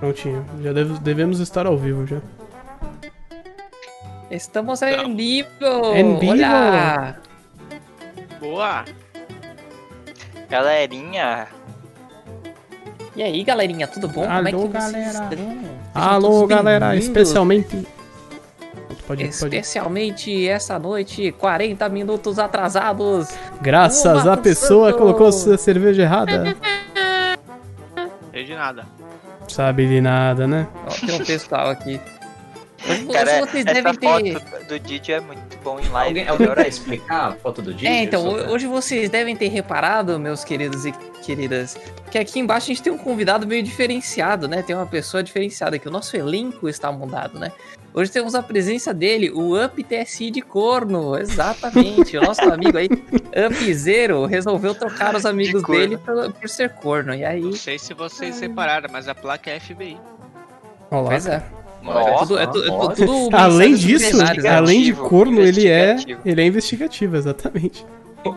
Prontinho. Já deve- devemos estar ao vivo já. Estamos Tá. em vivo! Em vivo! Olá! Boa! Galerinha, E aí, galerinha, tudo bom? Como é que Alô, vocês galera. estão? Alô, todos galera, bem-vindos. especialmente. Pode, pode. Especialmente essa noite, 40 minutos atrasados. Graças Ô, à Marcos pessoa que Santos. colocou a cerveja errada. sei de nada. Sabe de nada, né? Ó, tem um pessoal aqui. Hoje, Cara, hoje vocês essa devem ter... foto do Didi é muito bom em live. Alguém, alguém melhor vai ainda. explicar a foto do Didi? É, então, Só pra- hoje vocês devem ter reparado, meus queridos e queridas, que aqui embaixo a gente tem um convidado meio diferenciado, né? Tem uma pessoa diferenciada aqui. O nosso elenco está mudado, né? Hoje temos a presença dele, o Up TSI de corno. Exatamente. o nosso amigo aí, Upzero, resolveu trocar os amigos corno. dele por, por ser corno. E aí. Não sei se vocês separaram, mas a placa é FBI. Olá. Pois é. é Nossa, tudo, é tu- é tu- nossa. tudo Além mensagens disso, subliminares, né? além de Investigativo, corno, ele é, investigativo. ele é investigativo, exatamente.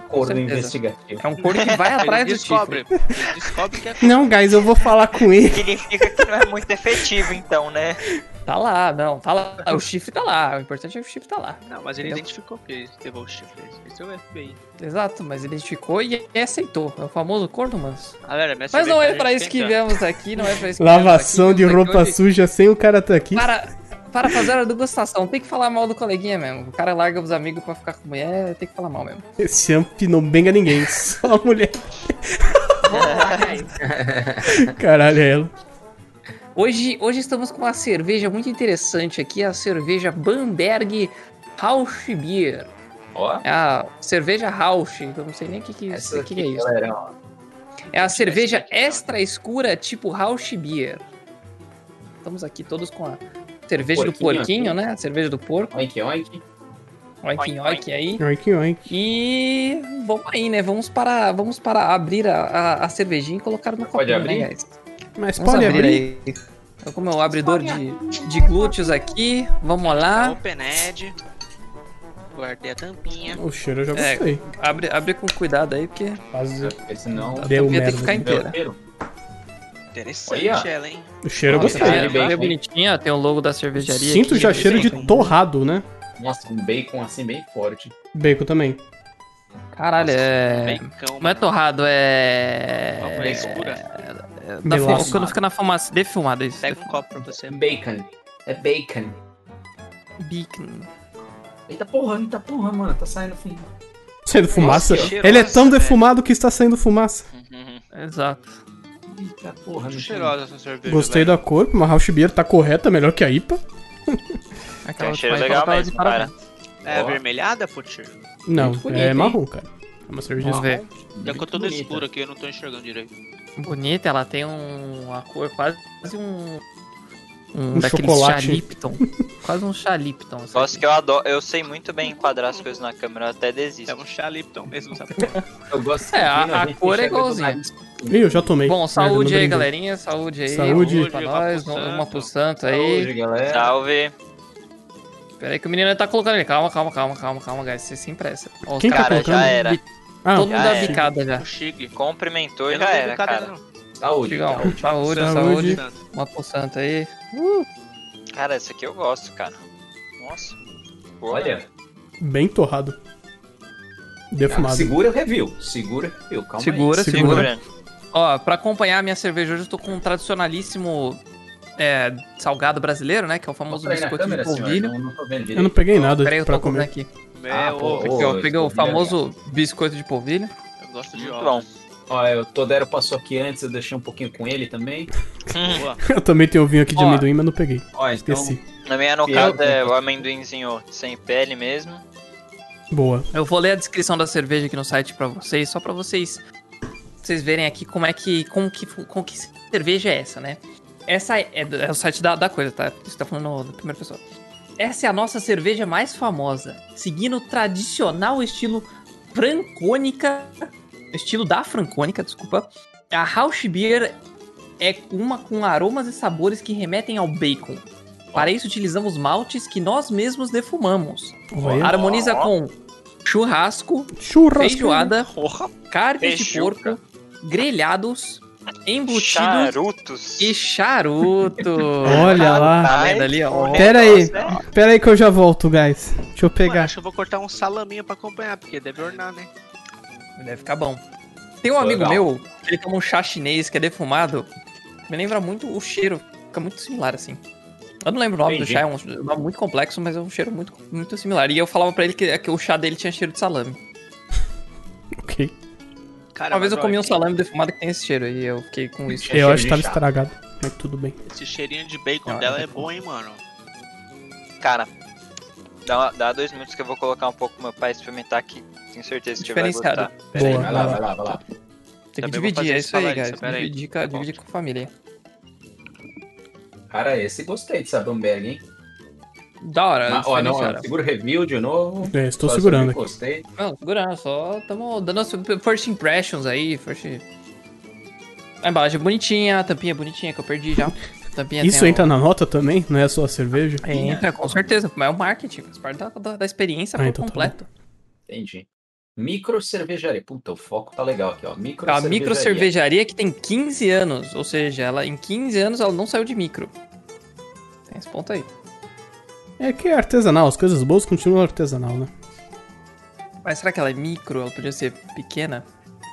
corno certeza. investigativo. É um corno que vai atrás ele do descobre. chifre. Ele descobre que é Não, guys, eu vou falar com ele. significa que não é muito efetivo, então, né? Tá lá, não, tá lá. O chifre tá lá. O importante é que o chifre tá lá. Não, mas ele Entendeu? identificou que ele levou o chifre. Esse é o FBI. Exato, mas ele identificou e aceitou. É o famoso corno manso. Galera, minha Mas cerveja não tá é pra isso que esquentando. viemos aqui, não é pra isso que Lavação de viemos aqui. roupa Hoje, suja sem o cara tá aqui. Para, para fazer a degustação, tem que falar mal do coleguinha mesmo. O cara larga os amigos pra ficar com mulher, tem que falar mal mesmo. Esse amp não benga ninguém, só a mulher. Caralho, é ela. Hoje, hoje estamos com uma cerveja muito interessante aqui, a cerveja Bamberg Rauschbier. Ó, É a cerveja Rausch, eu não sei nem o que, que, isso- essa o que aqui, que é isso. galera, ó. É a cerveja essa aqui, ó. extra escura tipo Rausch Beer. Estamos aqui todos com a cerveja do porquinho porquinho, né? A cerveja do porco. Oink, oink. Oink, Oink, oink aí. Oink, oink. E vamos aí, né? Vamos para, vamos para abrir a, a, a cervejinha e colocar no Pode copinho, abrir? né, guys? Mas Vamos pode abrir, abrir. aí. Eu como é o abridor de, de glúteos aqui. Vamos lá. Open Ed. Guardei a tampinha. O cheiro eu já É. gostei. Abre, abre com cuidado aí, porque Quase- Porque senão. a Deu tampinha tem merda. que ficar Tá inteira. Interessante Olha. ela, hein? O cheiro eu Nossa, gostei. gostei. é bem bonitinha, tem o logo da cervejaria. Sinto aqui, já bem cheiro de bonitinha. torrado, né? Nossa, um bacon assim bem forte. Bacon também. Caralho, é. Bacão, Não é torrado, é. Uma é- colher escura. é- da Melado. fu- Quando fica na fumaça, defumado isso. Pega um copo pra você. Bacon. É bacon. Beacon. Eita porra, eita porra, mano. Tá saindo fim. Saindo fumaça. Nossa, Ele é tão cheirosa, defumado que está saindo fumaça. Uhum. Exato. Eita porra, Muito não cheirosa essa cerveja. Gostei da cor, uma Rausch Beer tá correta, melhor que a IPA. Aquela um cheiro que vai legal colocar mesmo, de parabéns. velho. É avermelhada, Futir? Não, Muito bonito, é hein? marrom, cara. É uma cerveja Vamos escura. ver. Já que eu tô no Bonita. escuro aqui, eu não tô enxergando direito. Uhum. Bonita, ela tem um, uma cor quase quase um. Um, Um daqueles chocolate. chalipton. quase um chalipton. sabe? Nossa, que eu adoro. Eu sei muito bem enquadrar as coisas na câmera, eu até É desisto. um chá Lipton mesmo, sabe? Eu gosto É, a- quando a gente cor é enxerga do igualzinha. nariz. Ih, eu já tomei. Bom, Merda, saúde não aí, brindei. galerinha. Saúde aí. Saúde. Uma pra Saúde, nós, uma pro uma santo. pro santo aí. Saúde, Tá. galera. Salve! Pera aí que o menino tá colocando ele. Calma, calma, calma, calma, calma, guys. Você se impressa. Ó, os Quem tá caras- Cara, colocando? já era. Ah, Todo mundo Já dá era. bicada já. O Um Chig. Cumprimentou, Eu não já dei era, bicada ainda, cara. não. Saúde. então. Digão, Saúde. saúde, Saúde. saúde. Uma pro santo aí. Cara, essa aqui eu gosto, cara. Nossa. Boa. Olha, bem torrado. Defumado. segura o review. Segura o review, calma Segura. Segura, Ah, segura. Segura. Ó, pra acompanhar a minha cerveja hoje, eu tô com um tradicionalíssimo é, salgado brasileiro, né? Que é o aí. famoso Mostra aí na biscoito câmera, de senhor. polvilho. Não, não tô vendo Eu não direito. peguei nada Peraí, eu pra tô com comer. aqui. Meu, Ah, pô, Aqui, ó, Ô, peguei o polvilho é famoso biscoito de polvilho. eu gosto de Muito ovos. bom. Ó, eu, Todero passou aqui antes, eu deixei um pouquinho com ele também. Boa. Eu também tenho vinho aqui de Ó. amendoim, mas não peguei. Ó, então, Esqueci. Na minha, no Eu- caso, é o amendoinzinho sem pele mesmo. Boa. Eu vou ler a descrição da cerveja aqui no site pra vocês, só pra vocês vocês verem aqui como é que como que com que cerveja é essa, né? Essa é, é do- é o site da, da coisa, tá? Você tá falando da primeira pessoa. Essa é a nossa cerveja mais famosa, seguindo o tradicional estilo francônica, estilo da francônica, desculpa. A Rausch Beer é uma com aromas e sabores que remetem ao bacon. Para isso utilizamos maltes que nós mesmos defumamos. Olha. Harmoniza com churrasco, Churrasco. feijoada, Porra. carne de Feijuca. porco, grelhados, embutidos Charutos. e charuto. Olha lá. Tá vendo ali, ó? Ai, Pera aí. que negócio, né? é. Pera aí que eu já volto, guys. Deixa eu Mano, pegar. acho que eu vou cortar um salaminho pra acompanhar, porque deve ornar, né? Deve ficar bom. Tem um amigo Legal. meu, ele toma um chá chinês que é defumado. Me lembra muito o cheiro, fica muito similar assim. Eu não lembro o nome Entendi. do chá, é um nome muito complexo, mas é um cheiro muito, muito similar. E eu falava pra ele que, é que o chá dele tinha cheiro de salame. Ok. Cara, Uma vez mas eu comi olha, um salame defumado que tem esse cheiro, e eu fiquei com isso. Eu cheiro acho de que tava chato. estragado. Mas tudo bem. Esse cheirinho de bacon um- Não, dela é é bom, hein, mano? Cara, dá, dá dois minutos que eu vou colocar um pouco pro meu pai experimentar aqui. Tenho certeza que ele vai Diferenciado. gostar. Pera aí, Boa. vai lá, vai lá, vai lá. Tem que Também vou dividir, fazer é isso isso aí, falar isso, guys. pera aí. Dividir, com- Volto. dividir com a família. Cara, esse gostei de um Sabamberg, hein? Da hora, Mas, ó, não, diferente, ó, cara. segura o review de novo. É, estou Só segurando aqui. Gostei. Não, segura, só tamo dando as first impressions aí, first... A embalagem é bonitinha, a tampinha é bonitinha, que eu perdi já. Tampinha Isso tem entra o- na nota também? Não é só a cerveja? Entra, com certeza, mas é o marketing, faz parte da, da, da experiência Ah, por então tá completo. Entendi. Micro cervejaria. Puta, o foco tá legal aqui, ó. Micro a cervejaria. micro cervejaria que tem 15 anos, ou seja, ela em 15 anos ela não saiu de micro. Tem esse ponto aí. É que é artesanal, as coisas boas continuam artesanal, né? Mas será que ela é micro? Ela podia ser pequena?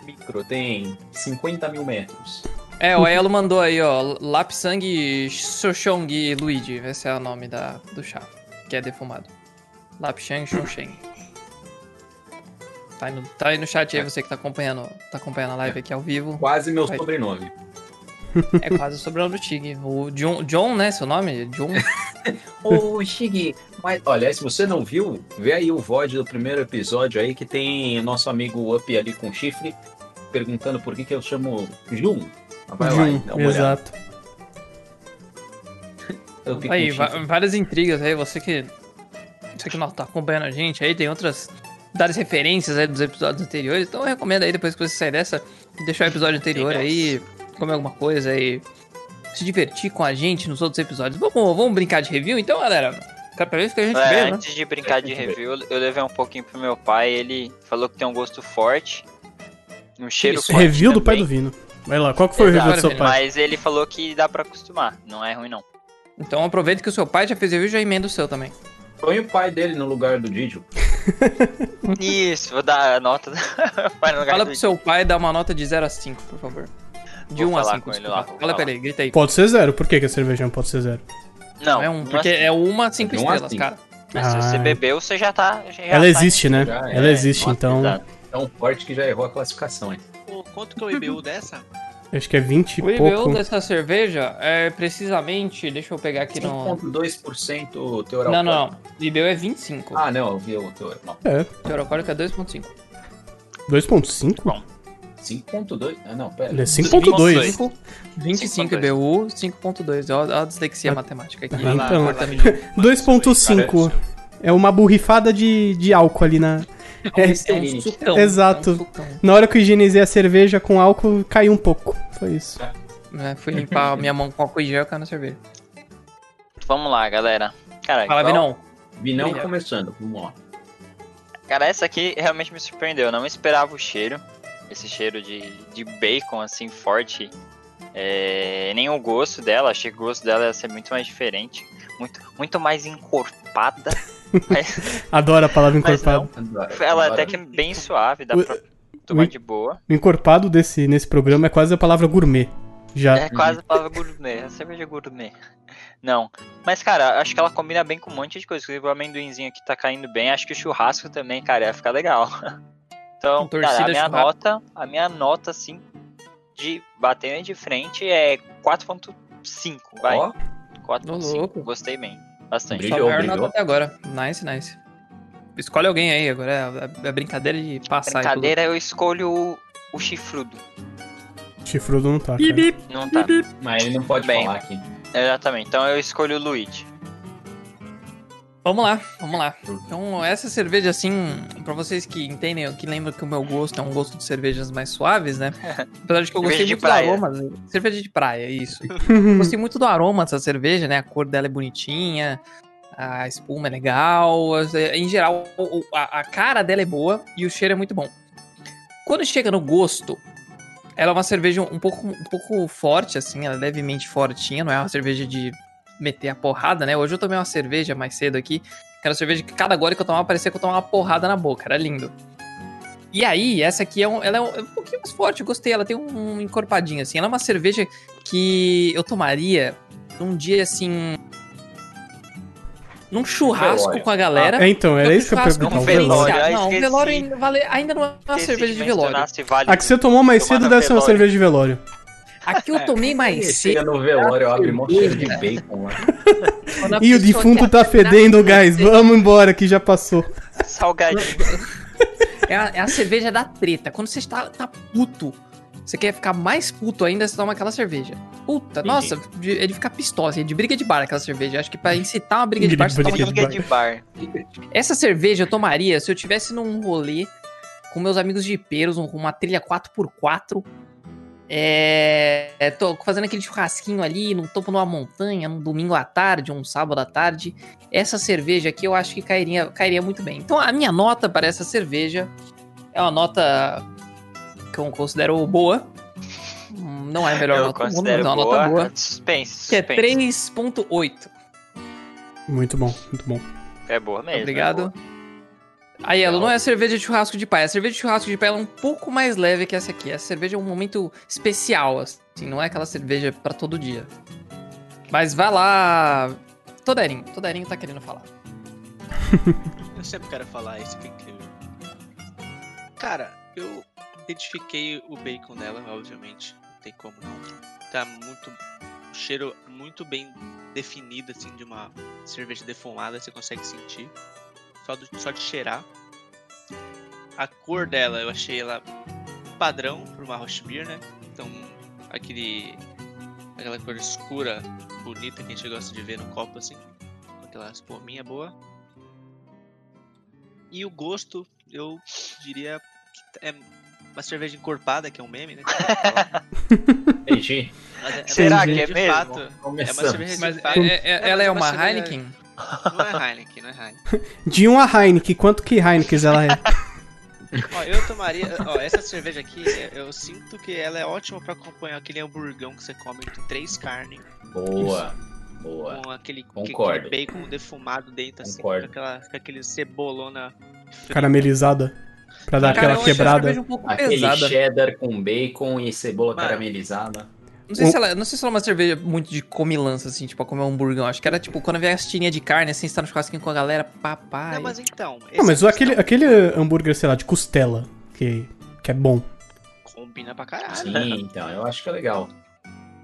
Micro tem 50 mil metros. É, o Aiello mandou aí, ó, Lapsang Shoshong Luigi, esse é o nome da, do chá, que é defumado. Lapsang Shosheng. Tá aí, no, tá aí no chat aí, você que tá acompanhando, tá acompanhando a live aqui ao vivo. Quase meu Vai. sobrenome. É quase o sobrenome do Tig. O John, John, né, seu nome? John. Ô, Shig, mas olha, se você não viu, vê aí o VOD do primeiro episódio aí que tem nosso amigo Up ali com chifre perguntando por que, que eu chamo Jun. Ah, Vai lá, então, e Jun, dá uma olhada. um- exato. Up com Aí, va- chifre. várias intrigas aí, você que. Você que não tá acompanhando a gente aí, tem outras. Várias referências aí dos episódios anteriores. Então eu recomendo aí, depois que você sair dessa, deixar o episódio anterior aí, comer alguma coisa aí. Se divertir com a gente nos outros episódios. Vamos, vamos brincar de review então, galera? Cada vez que a gente É, vê, né? antes de brincar de Muito bem. review, eu levei um pouquinho pro meu pai. Ele falou que tem um gosto forte, um cheiro Isso. forte. Review do pai também, do Vino. Vai lá, qual que foi o Exato, review do né? seu pai? Mas ele falou que dá pra acostumar, não é ruim não. Então aproveita que o seu pai já fez review e já emenda o seu também. Põe o pai dele no lugar do Didio. Isso, vou dar a nota. Vai no lugar Fala do- pro seu pai dar uma nota de 0 a 5, por favor. De Vou 1 a falar 5, com ele desculpa. lá, vou Fala pra falar. ele, grita aí. Pode ser zero. Por que, que a cerveja não pode ser zero? Não, é um, uma- porque é uma a 5 De um a estrelas, cinco. cara. mas se você Ah. bebeu, você já tá. já É, Ela tá- existe, né? já é. Ela existe, Nossa, então. exato. Tão forte É um que já errou a classificação, hein? Pô, quanto que é o IBU dessa? Acho que é 20 O e IBU pouco. dessa cerveja é precisamente. Deixa eu pegar aqui no. 5,2% teor Não, não, alcoólico. não. IBU é 25. Ah, não, eu vi o teor. Não, É, O teor alcoólico é 2,5. 2.5? 5,2%. Ah, não, pera. Ele é 5.2. 25 IBU, 5,2. Olha a dislexia matemática aqui. Vai lá, então. cortando de- 2.5. É uma borrifada de, de álcool ali na. É, É um sucão. Exato. é um sucão. na hora que eu higienizei a cerveja com álcool, caiu um pouco. Foi isso. Né, Fui limpar a minha mão com álcool e gel caiu na cerveja. Vamos lá, galera. Cara, Fala, igual- Vinão. Vi não Obrigado. começando. Vamos lá. Cara, essa aqui realmente me surpreendeu. Eu não esperava o cheiro. Esse cheiro de, de bacon, assim, forte. É, nem o gosto dela. Achei que o gosto dela ia ser muito mais diferente. Muito, muito mais encorpada. Mas Adoro a palavra Mas encorpado. Adoro, ela adoro. até que é bem suave. Dá O- pra tomar o- de boa. O encorpado desse, nesse programa é quase a palavra gourmet. Já. É quase a palavra gourmet. É cerveja gourmet. Não. Mas, cara, acho que ela combina bem com um monte de coisa. Inclusive, o amendoinzinho aqui tá caindo bem. Acho que o churrasco também, cara, ia ficar legal. Então, Com torcida, cara, a minha churrasco. nota, a minha nota, assim, de bater de frente é 4.5, vai. Ó, 4.5, louco. gostei bem. Bastante. Brilhou, Sua maior brilhou. nota até agora. Nice, nice. Escolhe alguém aí agora. É a- a brincadeira de passar aí tudo. Brincadeira, eu escolho o, o chifrudo. Chifrudo não tá. cara. Não tá. mas ele não pode Bem. falar aqui. Exatamente. Então eu escolho o Luigi. Vamos lá, vamos lá. Então, essa cerveja, assim, pra vocês que entendem, que lembram que o meu gosto é um gosto de cervejas mais suaves, né? Apesar de que eu Cerveja gostei de muito do praia. aroma. né? Cerveja de praia, isso. gostei muito do aroma dessa cerveja, né? A cor dela é bonitinha, a espuma é legal. Em geral, o- o- é a, a cara dela é boa e o cheiro é muito bom. Quando chega no gosto, Ela é uma cerveja um pouco, um pouco forte, assim, ela é levemente fortinha, não é uma cerveja de meter a porrada, né? Hoje eu tomei uma cerveja mais cedo aqui, que era uma cerveja que cada gole que eu tomava parecia que eu tomava uma porrada na boca, era lindo. E aí, essa aqui é um, ela é um, é um pouquinho mais forte, eu gostei, ela tem um, um encorpadinho, assim. Ela é uma cerveja que eu tomaria num dia, assim, num churrasco velório. com a galera. É, então, era Eu isso que eu faço perguntava. um o velório. velório. Ah, Não, um esqueci. velório ainda, vale- ainda não é uma Esqueci cerveja de mencionar velório. se vale A Ah, que você tomou mais Tomar cedo no deve ser uma velório. cerveja de velório. A que eu É. tomei mais Chega é cedo. é no velório, abre mó cheiro de bacon lá. quando a Ih, o pessoa é defunto quer tá terminar fedendo, de guys. beber, Vamos embora, que já passou. salgadinho. É a, é a cerveja da treta. Quando você está tá puto, você quer ficar mais puto ainda, você toma aquela cerveja. Puta, Entendi. nossa, de- é de ficar pistosa, é de briga de bar aquela cerveja. Acho que pra incitar uma briga de bar, você toma Briga aquela de Briga é de bar. Essa cerveja eu tomaria se eu tivesse num rolê com meus amigos de Peros, um- com uma trilha 4x4. É, é, tô fazendo aquele churrasquinho ali no topo de uma montanha, num domingo à tarde, um sábado à tarde. Essa cerveja aqui eu acho que cairia, cairia muito bem. Então a minha nota para essa cerveja é uma nota que eu considero boa. Hum, Não é a melhor Eu nota do mundo, considero mas é uma boa. Tá nota boa. Suspense, suspense. Que é 3.8. Muito bom, muito bom. É boa mesmo. é Obrigado. boa. Aí ela não Legal. é cerveja de churrasco de pai. A cerveja de churrasco de pai ela é um pouco mais leve que essa aqui. Essa cerveja é um momento especial, assim, não é aquela cerveja pra todo dia. Mas vai lá. Toderinho, Toderinho tá querendo falar. Eu sempre quero falar isso, que é incrível. Cara, eu identifiquei o bacon dela, obviamente. Não tem como não. Tá muito. Um cheiro muito bem definido, assim, de uma cerveja defumada, você consegue sentir. Só, do- só de cheirar. A cor dela, eu achei ela padrão pra uma roast beer, né? Então, aquele. aquela cor escura, bonita que a gente gosta de ver no copo, assim. Com aquela espuminha boa. E o gosto, eu diria que é uma cerveja encorpada, que é um meme, né? Entendi. Mas é- é uma Será cerveja que é de mesmo? fato. É uma Começando. cerveja Mas de fato. ela é mas uma você não é- Heineken? Não é Heineken, não é Heineken. De 1 a Heineken, quanto que Heineken ela é? Ó, eu tomaria. Ó, essa cerveja aqui, é- eu sinto que ela é ótima pra acompanhar aquele hamburgão que você come com três carnes, Boa. Boa. com aquele, que- Concordo. aquele bacon defumado dentro, assim, com, Concordo. aquela, com aquele cebolona. frita. Caramelizada. Pra dar Cara, eu aquela achei a cerveja quebrada. um pouco Aquele pesada. cheddar com bacon e cebola Mano. caramelizada. Não sei, se ela, não sei se ela é uma cerveja muito de comilança, assim, tipo, pra comer um hamburgão. Acho que era tipo, quando vem as tirinhas de carne, assim, você tá no churrasquinho com a galera, papai. Não, mas então. Não, mas essa aquele, questão aquele hambúrguer, sei lá, de costela, que, que é bom. Combina pra Ah, caralho. né? Sim, então, eu acho que é legal.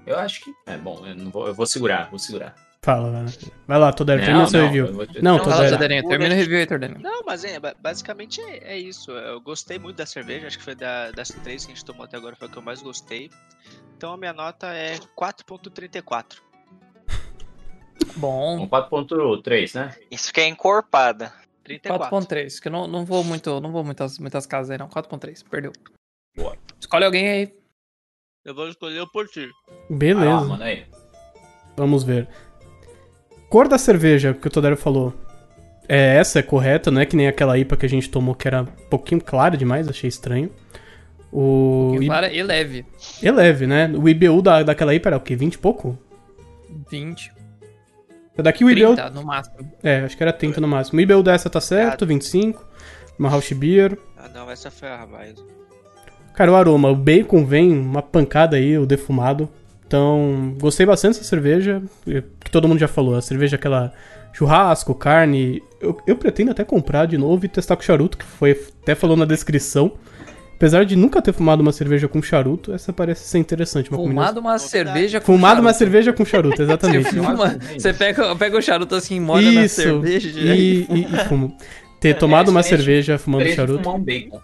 Eu acho que. É bom, eu não vou, eu vou segurar, vou segurar. Fala, vai lá. Vai lá, Todero, termina não, seu não, review. eu vou- um Não, Não, tô Fala, Todero. zero. Toderinho, termina o review aí, Toderinho. Não, mas é, ba- basicamente é, é isso. Eu gostei muito da cerveja, acho que foi da- das três que a gente tomou até agora, foi a que eu mais gostei. Então a minha nota é 4.34. Bom, Um 4.3, né? Isso que é encorpada. 34. 4.3, que eu não, não vou muito, não vou muitas, muitas casas aí não. 4.3, perdeu. Boa. Escolhe alguém aí. Eu vou escolher o Portir. Vai lá, Beleza, manda aí. vamos ver. Cor da cerveja, que o Todero falou. É essa, é correta, não é que nem aquela IPA que a gente tomou que era um pouquinho clara demais, achei estranho. Um O. I- Clara e leve. É leve, né? O IBU da, daquela IPA era o quê? 20 e pouco? É 20, Daqui o IBU 30 no máximo. É, acho que era 30 no máximo. O IBU dessa tá certo, 25. Uma house beer. Ah não, essa foi a Ravais. Cara, o aroma, o bacon vem, uma pancada aí, o defumado. Então, gostei bastante dessa cerveja, eh, que todo mundo já falou. A cerveja aquela churrasco, carne. Eu, eu pretendo até comprar de novo e testar com charuto, que foi até falou na descrição. Apesar de nunca ter fumado uma cerveja com charuto, essa parece ser interessante. Uma combinação. Fumado uma cerveja com Fumado uma charuto. Tipo cerveja com charuto, exatamente. Você fuma, você pega, pega o charuto assim, molha na Isso. cerveja. E, e, e fumo. É, Ter tomado uma experiente. cerveja fumando Três de charuto. fumar um bacon.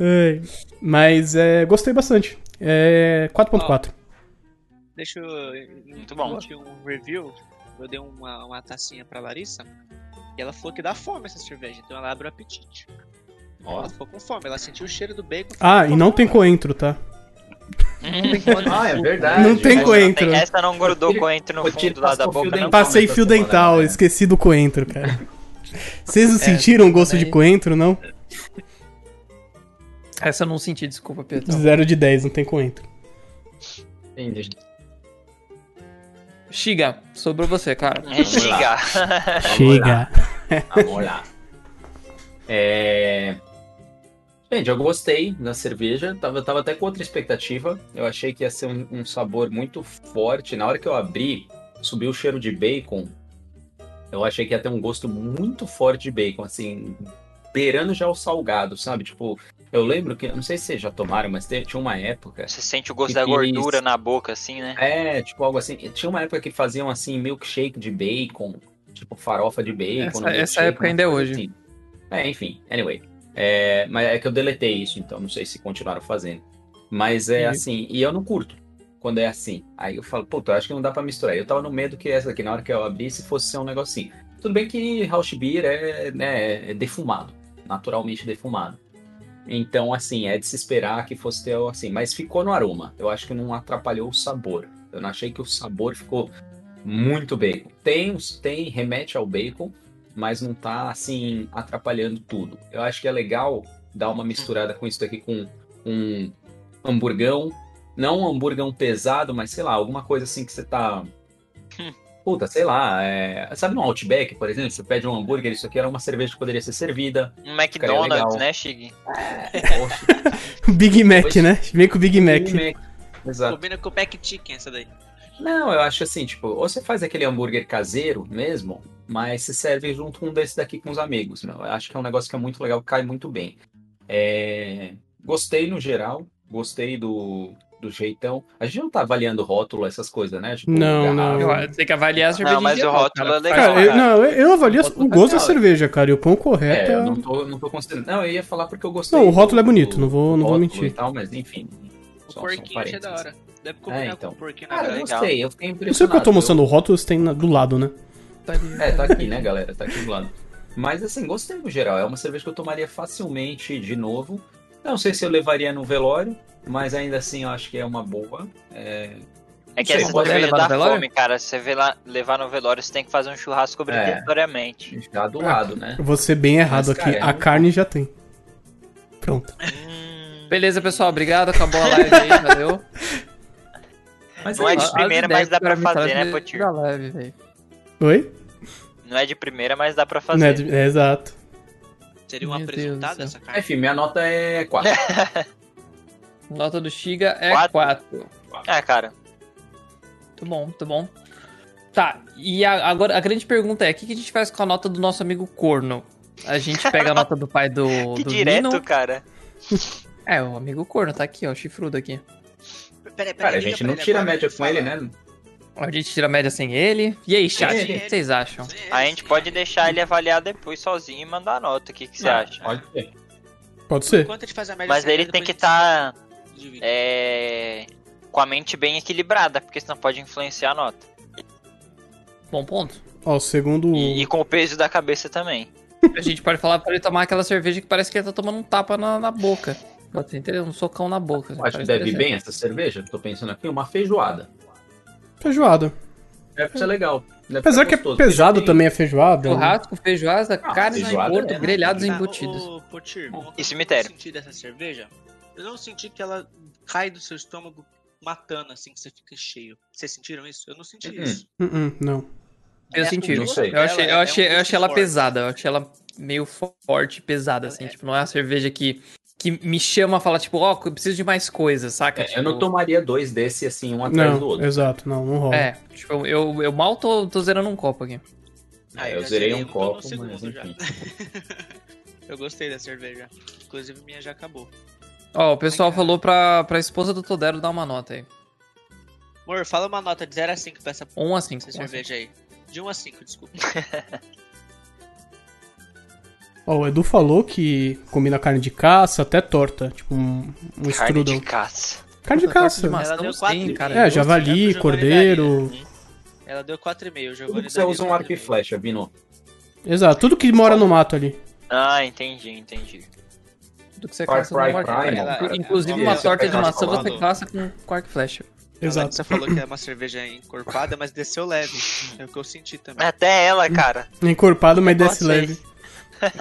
Ai, Mas é, gostei bastante. É 4.4. Deixa eu. Muito bom. Tinha um review. Eu dei uma, uma tacinha pra Larissa. E ela falou que dá fome essa cerveja, então ela abre o apetite. Ó. Ela ficou com fome, ela sentiu o cheiro do bacon. ficou Ah, com e não tem fome. coentro, tá? Ah, é verdade. Não tem Essa coentro. não tem- Essa não grudou coentro no Vou te fundo lá passar da o fio boca, não. dental. Passei mas Um fio eu tô dental, falando, esqueci do coentro, É, um cara. Vocês não sentiram o gosto de daí- coentro, não? Essa eu não senti, desculpa, Pedro. Zero de 10, não tem coentro. Entendi. Xiga, sobrou você, cara. É, Giga. É, Chega. Ah, Vamos lá. É... Gente, eu gostei da cerveja. Tava, tava até com outra expectativa. Eu achei que ia ser um, um sabor muito forte. Na hora que eu abri, subiu o cheiro de bacon. Eu achei que ia ter um gosto muito forte de bacon, assim, beirando já o salgado, sabe? Tipo, eu lembro que, não sei se vocês já tomaram, mas te- tinha uma época Você sente o gosto Que da que gordura isso? na boca, assim, né? É, tipo algo assim. Tinha uma época que faziam assim milkshake de bacon, tipo farofa de bacon. Essa- no milkshake, essa época umas ainda é coisas hoje. assim. É, enfim, anyway. É, mas é que eu deletei isso, então não sei se continuaram fazendo. Mas é Entendi. assim, e eu não curto quando é assim. Aí eu falo, puta, eu acho que não dá pra misturar. Eu tava no medo que essa aqui, na hora que eu abri, se fosse ser um negocinho. Tudo bem que Rausch Beer é, né, é defumado, naturalmente defumado. Então, assim, é de se esperar que fosse ter assim, mas ficou no aroma. Eu acho que não atrapalhou o sabor. Eu não achei que o sabor ficou muito bacon. Tem, uns- tem remete ao bacon, mas não tá assim atrapalhando tudo. Eu acho que é legal dar uma misturada com isso daqui com um hamburgão, não um hamburgão pesado, mas sei lá, alguma coisa assim que você tá Puta, sei lá, é... sabe no Outback, por exemplo, você pede um hambúrguer, isso aqui era uma cerveja que poderia ser servida. Um Cara, é McDonald's, legal. né, Shig? Poxa, Big Mac, Hoje- né? Vem com o Big Mac. Big Mac. Exato. Combina com o Pack Chicken essa daí. Não, eu acho assim, tipo, ou você faz aquele hambúrguer caseiro mesmo, mas se serve junto com um desse daqui com os amigos. Meu. Eu acho que é um negócio que é muito legal, cai muito bem. É, Gostei no geral, gostei do, do jeitão. A gente não tá avaliando rótulo, essas coisas, né? Tipo, Não, não. garrafa. Eu acho que tem que avaliar a cerveja. mas geral, o rótulo cara. é legal, Cara, eu, não, eu, eu avalio Não o gosto pode da fazer nada. cerveja, cara, e o quão correto É, é. eu não tô, não tô considerando. Não, eu ia falar porque eu gostei. Não, o rótulo é do- bonito, do não vou- não vou rótulo mentir. E tal, mas enfim. O só- só um porquinho achei da parênteses. hora. Deve combinar então. com o porquinho né, na Cara, eu verdade. legal. gostei, eu fiquei impressionado. Não sei porque eu tô mostrando o rótulo, você tem na- do lado, né? É, tá aqui, né, galera? Tá aqui do lado. Mas assim, gostei no geral. É uma cerveja que eu tomaria facilmente de novo. Não sei se eu levaria no velório, mas ainda assim eu acho que é uma boa. É, É que Não sei, essa pode cerveja levar no dá velório? É. fome, cara. Se você vê lá- levar no velório, você tem que fazer um churrasco obrigatoriamente. já Ah. do lado, né? Eu vou ser bem errado Mas, aqui. cara, é a muito- carne já tem. Pronto. Hum, Beleza, pessoal, obrigado. Acabou a live aí, valeu. Mas Não é sei de lá, primeira, As ideias mas dá pra para mim, fazer, tá? né, Potir? Da live, velho. Oi? Não é de primeira, mas dá pra Né, fazer. de- é, exato. Seria uma Meu Deus do apresentada céu. essa carne? Ah, Enfim, minha nota é 4. Nota do Xiga é Quatro. 4. Ah, cara. Muito bom, muito bom. Tá, e a- agora a grande pergunta é: o que, que a gente faz com a nota do nosso amigo corno? A gente pega a nota do pai do. Que do direto, Nino? cara. É, o amigo corno tá aqui, ó, o chifrudo aqui. Peraí, peraí, Cara, a liga gente é pra não ele tira a agora, média ele com ele, fala. né? A gente tira a média sem ele. E aí, chat, o Ele. que vocês acham? né? Sim, É, A gente sim. pode deixar ele avaliar depois sozinho e mandar a nota. O que, que você Ah, acha? Pode É, ser. Pode ser. Enquanto a gente faz a média Mas sem ele depois tem que a tá- É, gente fala estar de vídeo. com a mente bem equilibrada, porque senão pode influenciar a nota. Bom ponto. Ó, segundo. E, e com o peso da cabeça também. A gente pode falar pra ele tomar aquela cerveja que parece que ele tá tomando um tapa na, na boca. Pode ser, entendeu? Um socão na boca. assim, Acho que parece deve interessante. bem essa cerveja. Tô pensando aqui, uma feijoada. Feijoada. Deve ser legal. Deve É. Apesar ficar que é é gostoso, porque já pesado tem- também a feijoada. né? Churrasco, feijoada, Ah, carne no feijoada entorno, é, né? grelhados e Tá, embutidos. ô, ô, Potir, uma coisa E que cemitério. Eu senti dessa cerveja, eu não senti que ela cai do seu estômago matando assim que você fica cheio. Vocês sentiram isso? Eu não senti Uhum. isso. Hum, hum, não. Eu É, senti. o não gosto sei. Eu dela achei, é eu um achei, eu gosto achei ela forte. pesada, eu achei ela meio forte, pesada, assim. É. Tipo, não é uma cerveja que, que me chama a falar, tipo, ó, eu preciso de mais coisas, saca? É, tipo, eu não tomaria dois desse assim, um atrás do Não, outro. exato, não, não rola. É, tipo, eu, eu mal tô, tô zerando um copo aqui. é. Ah, eu já zerei um tô no copo, segundo mas já. enfim. eu gostei da cerveja. Inclusive, minha já acabou. Ó, o pessoal Ai, cara. falou pra, pra esposa do Todero dar uma nota aí. Amor, fala uma nota de 0 a 5 pra essa, 1 a 5. essa cerveja aí. De 1 a 5, desculpa. Ó, o Edu falou que combina carne de caça, até torta. Tipo, um, um Carne de strudel. caça. Carne de caça. Mas Ela não deu tem, quatro e cara. meio. É, javali, Giovanni né? cordeiro. Ela deu 4,5, o Tudo Giovanni que você usa daria um arco e 4,5. flecha, Bino. Exato, tudo que mora no mato ali. Ah, entendi, entendi. Do que você Far caça no Cry Mortal Primal, Kombat. cara. Inclusive, Sim, uma você torta pega de maçã essa você maluco. caça com Quark Flash. né? Exato. Você falou que é uma cerveja encorpada, mas desceu leve. É o que eu senti também. Até ela, cara. Encorpado, mas desce Nossa, leve.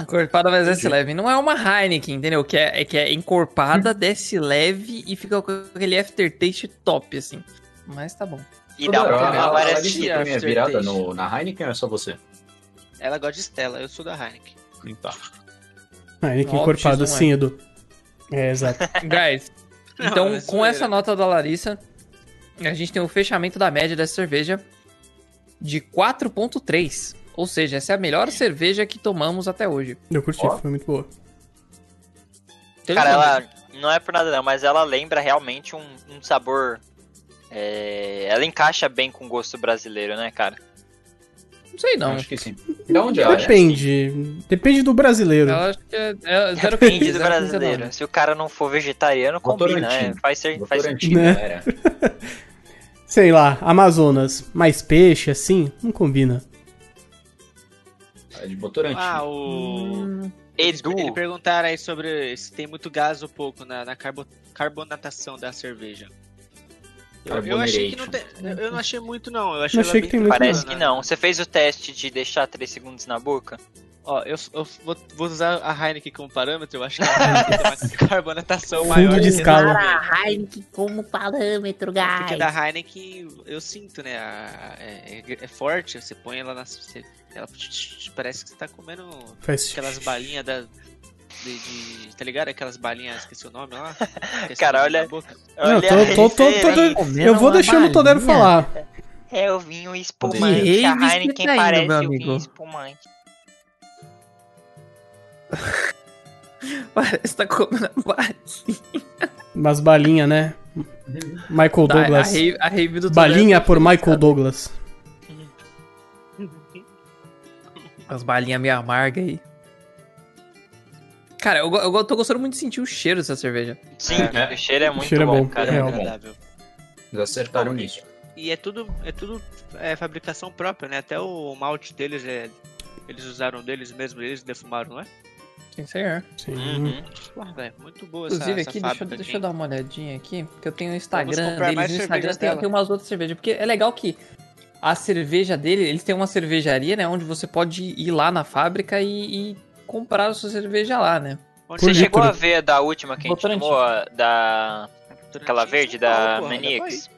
Encorpada, mas desce leve. Não é uma Heineken, entendeu? Que é, é que é encorpada, desce leve e fica com aquele aftertaste top, assim. Mas tá bom. E dá Agora, uma cara, a- a palavra Larissa de tem a minha aftertaste. virada no, na Heineken ou é só você? Ela gosta de Stella, eu sou da Heineken. Então. Ah, Nick Não, encorpado, X não é. sim, Edu. É, exato. Guys, então Não, é com essa zoeira. nota da Larissa, a gente tem o fechamento da média dessa cerveja de 4.3. Ou seja, essa é a melhor cerveja que tomamos até hoje. Eu curti, Ó. foi muito boa. Todo Cara, mundo- ela não é por nada não, mas ela lembra realmente um, um sabor. é, Ela encaixa bem com o gosto brasileiro, né, cara? Não sei não. Acho que sim. De onde ela? é? Depende. Depende do brasileiro. Eu acho que é, é 0,15, Depende do 0,19. brasileiro. Se o cara não for vegetariano, combina, né? Votorantim. Faz, ser, faz sentido. Votorantim, Né? galera. Sei lá, Amazonas, mais peixe, assim, não combina. É de Votorantim. Ah, Hum. o. Eles, Edu, eles perguntaram aí sobre se tem muito gás ou pouco na, na carbo- carbonatação da cerveja. Eu, eu achei que não tem. eu- Eu não achei muito, não. Eu Não achei achei, ela bem que tem muito, parece tranquila, que né? não. Você fez o teste de deixar 3 segundos na boca? Ó, eu, eu vou, vou usar a Heineken como parâmetro, eu acho que a Heineken tem uma carbonatação Fundo maior. de que escala. a da- Para Heineken como parâmetro, Porque guys. a da Heineken, eu sinto, né? a- é, é- é forte, você põe ela na. você- ela parece que você tá comendo Faz... aquelas balinhas da. De, de- tá ligado? Aquelas balinhas, esqueci o nome lá. que explode Cara, olha- na boca. Não, eu Olha tô- tô- tô- tô- referência. Eu vou é Uma deixando o Todero balinha. falar. É o vinho Que espumante. rave A você Heineken tá indo, parece meu o vinho amigo? espumante. Parece que tá comendo a balinha. Umas balinhas, né? Michael Tá, a, Douglas. rave, a rave do Balinha Todero. por Michael Douglas. As balinhas meio amargas aí. Cara, eu, go- eu go- tô gostando muito de sentir o cheiro dessa cerveja. Sim, É. o cheiro é muito cheiro é bom, bom, cara. é É Real. agradável. Eles acertaram nisso. E é tudo, é tudo é, fabricação própria, né? Até o malte deles é. Eles usaram deles mesmo, eles defumaram, não é? Tem né? senhor. Sim. Uhum. Porra, é muito boa essa, Inclusive essa aqui, deixa, fábrica eu- deixa aqui. eu dar uma olhadinha aqui, porque eu tenho o Instagram comprar mais deles, no Instagram cervejas tem, dela. tem umas outras cervejas, porque é legal que a cerveja dele, eles têm uma cervejaria, né, onde você pode ir lá na fábrica e, e comprar a sua cerveja lá, né. Onde Por Você é? litro. chegou a ver a da última que a gente Votorantim. tomou, a da aquela verde da Porra, olha pra Manix? isso.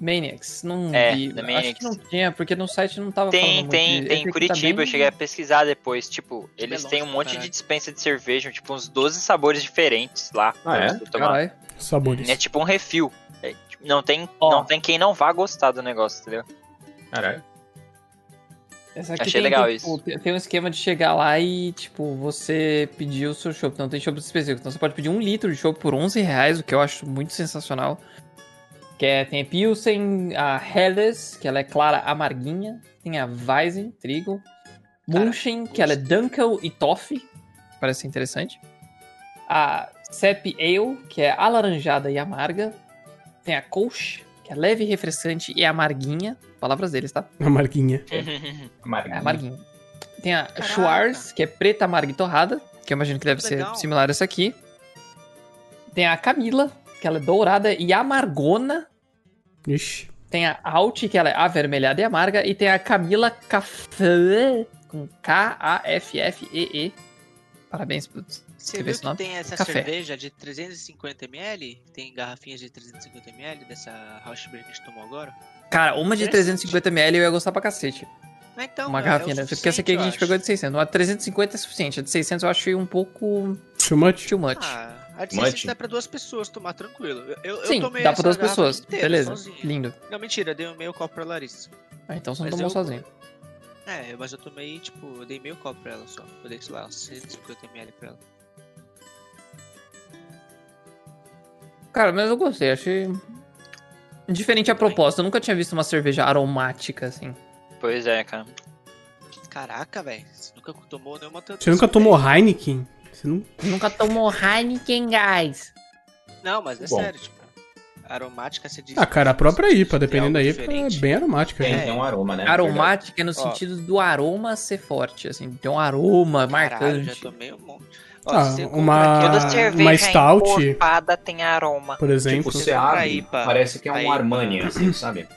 Maniacs, não É, vi, da acho Maniacs. que não tinha, porque no site não tava Tem, falando muito. de- tem, tem. esse Em aqui Curitiba, tá bem- é eu cheguei a pesquisar depois. Tipo, eles longe têm um pra monte de caralho. dispensa de cerveja, tipo, uns 12 sabores diferentes lá. Ah, é? pra você tomar. Caralho. Sabores. É tipo um refil. É, tipo, não, tem, Ó. não tem quem não vá gostar do negócio, entendeu? Caralho. Essa aqui Achei É tem, legal tem, isso. tipo, Tem tem um esquema de chegar lá e, tipo, você pedir o seu chopp. Não tem chopp específico. Então você pode pedir um litro de chopp por 11 reais, o que eu acho muito sensacional. Que é, tem a Pilsen, a Helles, que ela é clara amarguinha. Tem a Weizen, trigo. Cara, Munchen, que ela é Dunkel e Toffee. Parece interessante. A Sep Ale, que é alaranjada e amarga. Tem a Kolsch, que é leve, refrescante e amarguinha. Palavras deles, tá? A marquinha. É, Amarguinho. amarguinho. Tem a Schwarz, que é preta, amarga e torrada, que eu imagino que deve Legal. ser similar a essa aqui. Tem a Camila, que ela é dourada e amargona. Ixi. Tem a Alt, que ela é avermelhada e amarga. E tem a Camila Café, com K-A-F-F-E-E. Parabéns por Você escrever viu esse que nome. tem essa Café. cerveja de 350ml? Tem garrafinhas de 350ml dessa Rauschberg que a gente tomou agora? Cara, uma de 350ml eu ia gostar pra cacete. Não, então, Uma é- é o garrafinha, né? Porque essa aqui suficiente, a gente eu pegou acho. de 600. Uma 350 é suficiente. A de 600 eu achei um pouco Too much? too much. Ah, a de Mate. 600 dá pra duas pessoas tomar tranquilo. Eu- Eu, eu Sim, tomei dá pra essa duas garrafa pessoas. inteira, Beleza, sozinho. lindo. Não, mentira, eu dei um meio copo pra Larissa. Ah, então você não Mas tomou eu- sozinho. É, mas eu tomei, tipo, eu dei meio copo pra ela só. Eu dei, sei lá, uns 150ml pra ela. Cara, mas eu gostei, achei. Diferente a proposta, eu nunca tinha visto uma cerveja aromática assim. Pois é, cara. Caraca, velho, você nunca tomou nenhuma tanta Você nunca tomou Heineken? Você não... Nunca tomou Heineken, guys. Não, mas é Bom. sério, tipo, aromática você diz. Ah, cara, a própria IPA, dependendo da algo IPA, diferente. é bem aromática. Tem, né? tem um aroma, né? aromática é no sentido do aroma ser forte, assim, tem um aroma Caralho, já marcante. tomei um monte. Ah, se você compra uma- aquela- Toda Toda Ah, cerveja cerveja uma stout? encorpada tem aroma. Por Tipo, exemplo. você Pra abre, IPA. parece que é Pra um IPA. Armani, assim, sabe?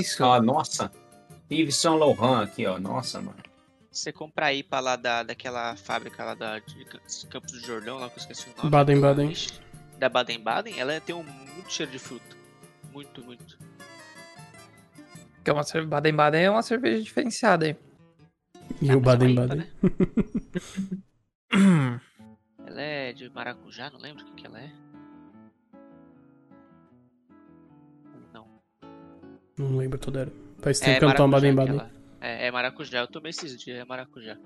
Isso. Ah, nossa. Yves Saint Laurent aqui, ó. Nossa, mano. Você compra aí pra lá da, daquela fábrica lá da, de Campos do Jordão, lá que eu esqueci o nome. Baden-Baden. Ixi, Da Baden-Baden, ela tem um muito cheiro de fruta. Muito, muito. Porque uma cerve- Baden-Baden é uma cerveja diferenciada aí. E Ah, o mas é uma Baden IPA, Baden. né? Ela é de maracujá, não lembro o que, que ela é. Não. Não lembro toda era. Faz É tempo que eu não tomo maracujá Baden-Baden. que ela- É, é maracujá, eu tomei esses dias, é maracujá.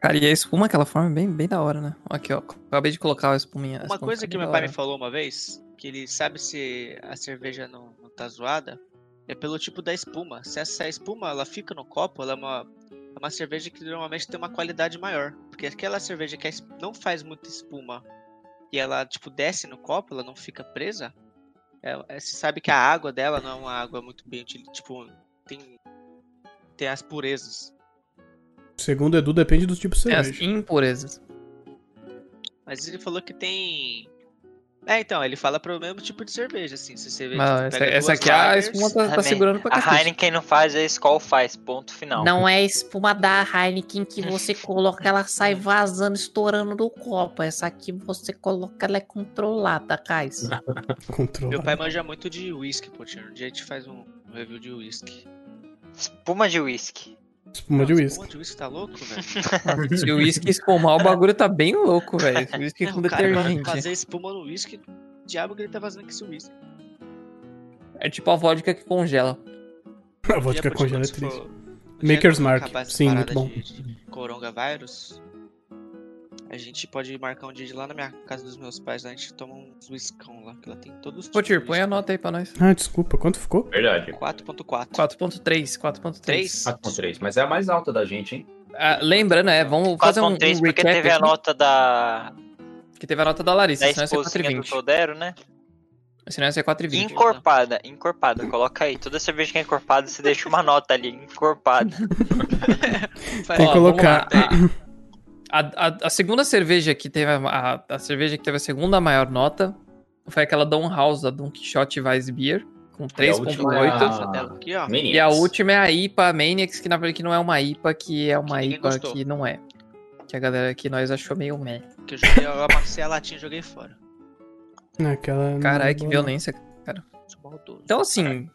Cara, e a espuma que ela forma é bem, bem da hora, né? Aqui, ó. Acabei de colocar a espuminha. a Uma espuma coisa fica que bem meu da pai me hora. falou uma vez, que ele sabe se a cerveja não, não tá zoada, é pelo tipo da espuma. Se essa espuma ela fica no copo, ela é uma, é uma cerveja que normalmente tem uma qualidade maior. Porque aquela cerveja que a es- não faz muita espuma e ela tipo desce no copo, ela não fica presa, é, é- se sabe que a água dela não é uma água muito bem util- tipo tem tem as purezas. Segundo o Edu, depende do tipo de É, as cerveja. impurezas. Mas ele falou que tem é, então, ele fala pro mesmo tipo de cerveja, assim. Se você vê, Não, tipo, essa, pega essa duas aqui a lagers- espuma tá, tá Amém. segurando pra A cacete. Heineken não faz, a Skol faz, ponto final. Não é a espuma da Heineken que você coloca, ela sai vazando, estourando do copo. Essa aqui você coloca, ela é controlada, Cais. Controlado. Meu pai manja muito de whisky, pô, tio. Um dia a gente faz um review de whisky. Espuma de uísque. Espuma de Nossa, uísque. pô, de whisky tá louco, velho? Nossa, tá Se o uísque espumar, o bagulho tá bem louco, velho. O uísque Não, com cara, tá pra detergente. fazer espuma no whisky, o diabo que ele tá fazendo com esse whisky. É tipo a vodka que congela. A vodka Dia, pô, tipo, congela é se for- triste. um dia Maker's quando Mark, acabar essa sim, parada muito de- de Coronavírus, a gente pode marcar um dia de ir lá na minha casa dos meus pais, lá a gente toma uns whiskão lá, que lá tem todos os Pô, tipos de Tir, põe a whisky. nota aí pra nós. Ah, desculpa, quanto ficou? Verdade. 4.4. 4.3, 4.3. 3? 4.3, mas é a mais alta da gente, hein? Ah, lembrando, é, vamos fazer um, um 4.3 porque recap teve a aqui, é nota da, que teve a nota da Larissa, da senão ia ser esposinha do 4.20. Todero, né? Senão ia ser 4.20. Encorpada, encorpada, coloca aí. Toda cerveja que é encorpada, você deixa uma nota ali, encorpada. Tem que Ó, colocar. vamos lá. É. A, a- a segunda cerveja que teve a, a- a cerveja que teve a segunda maior nota foi aquela Don House, da Don Quixote Weiss Beer, com E a última é 3.8. Essa tela aqui, ó. Maniacs. E a última é a IPA Maniacs, que na verdade não é uma IPA, que é uma Que ninguém IPA gostou. que não é. Que a galera que nós achou meio meh. Que eu joguei, eu amassei a latinha e joguei fora. Ah, Hum, Aquela. é Caralho, que violento. violência. Sou maldoso. Então, assim.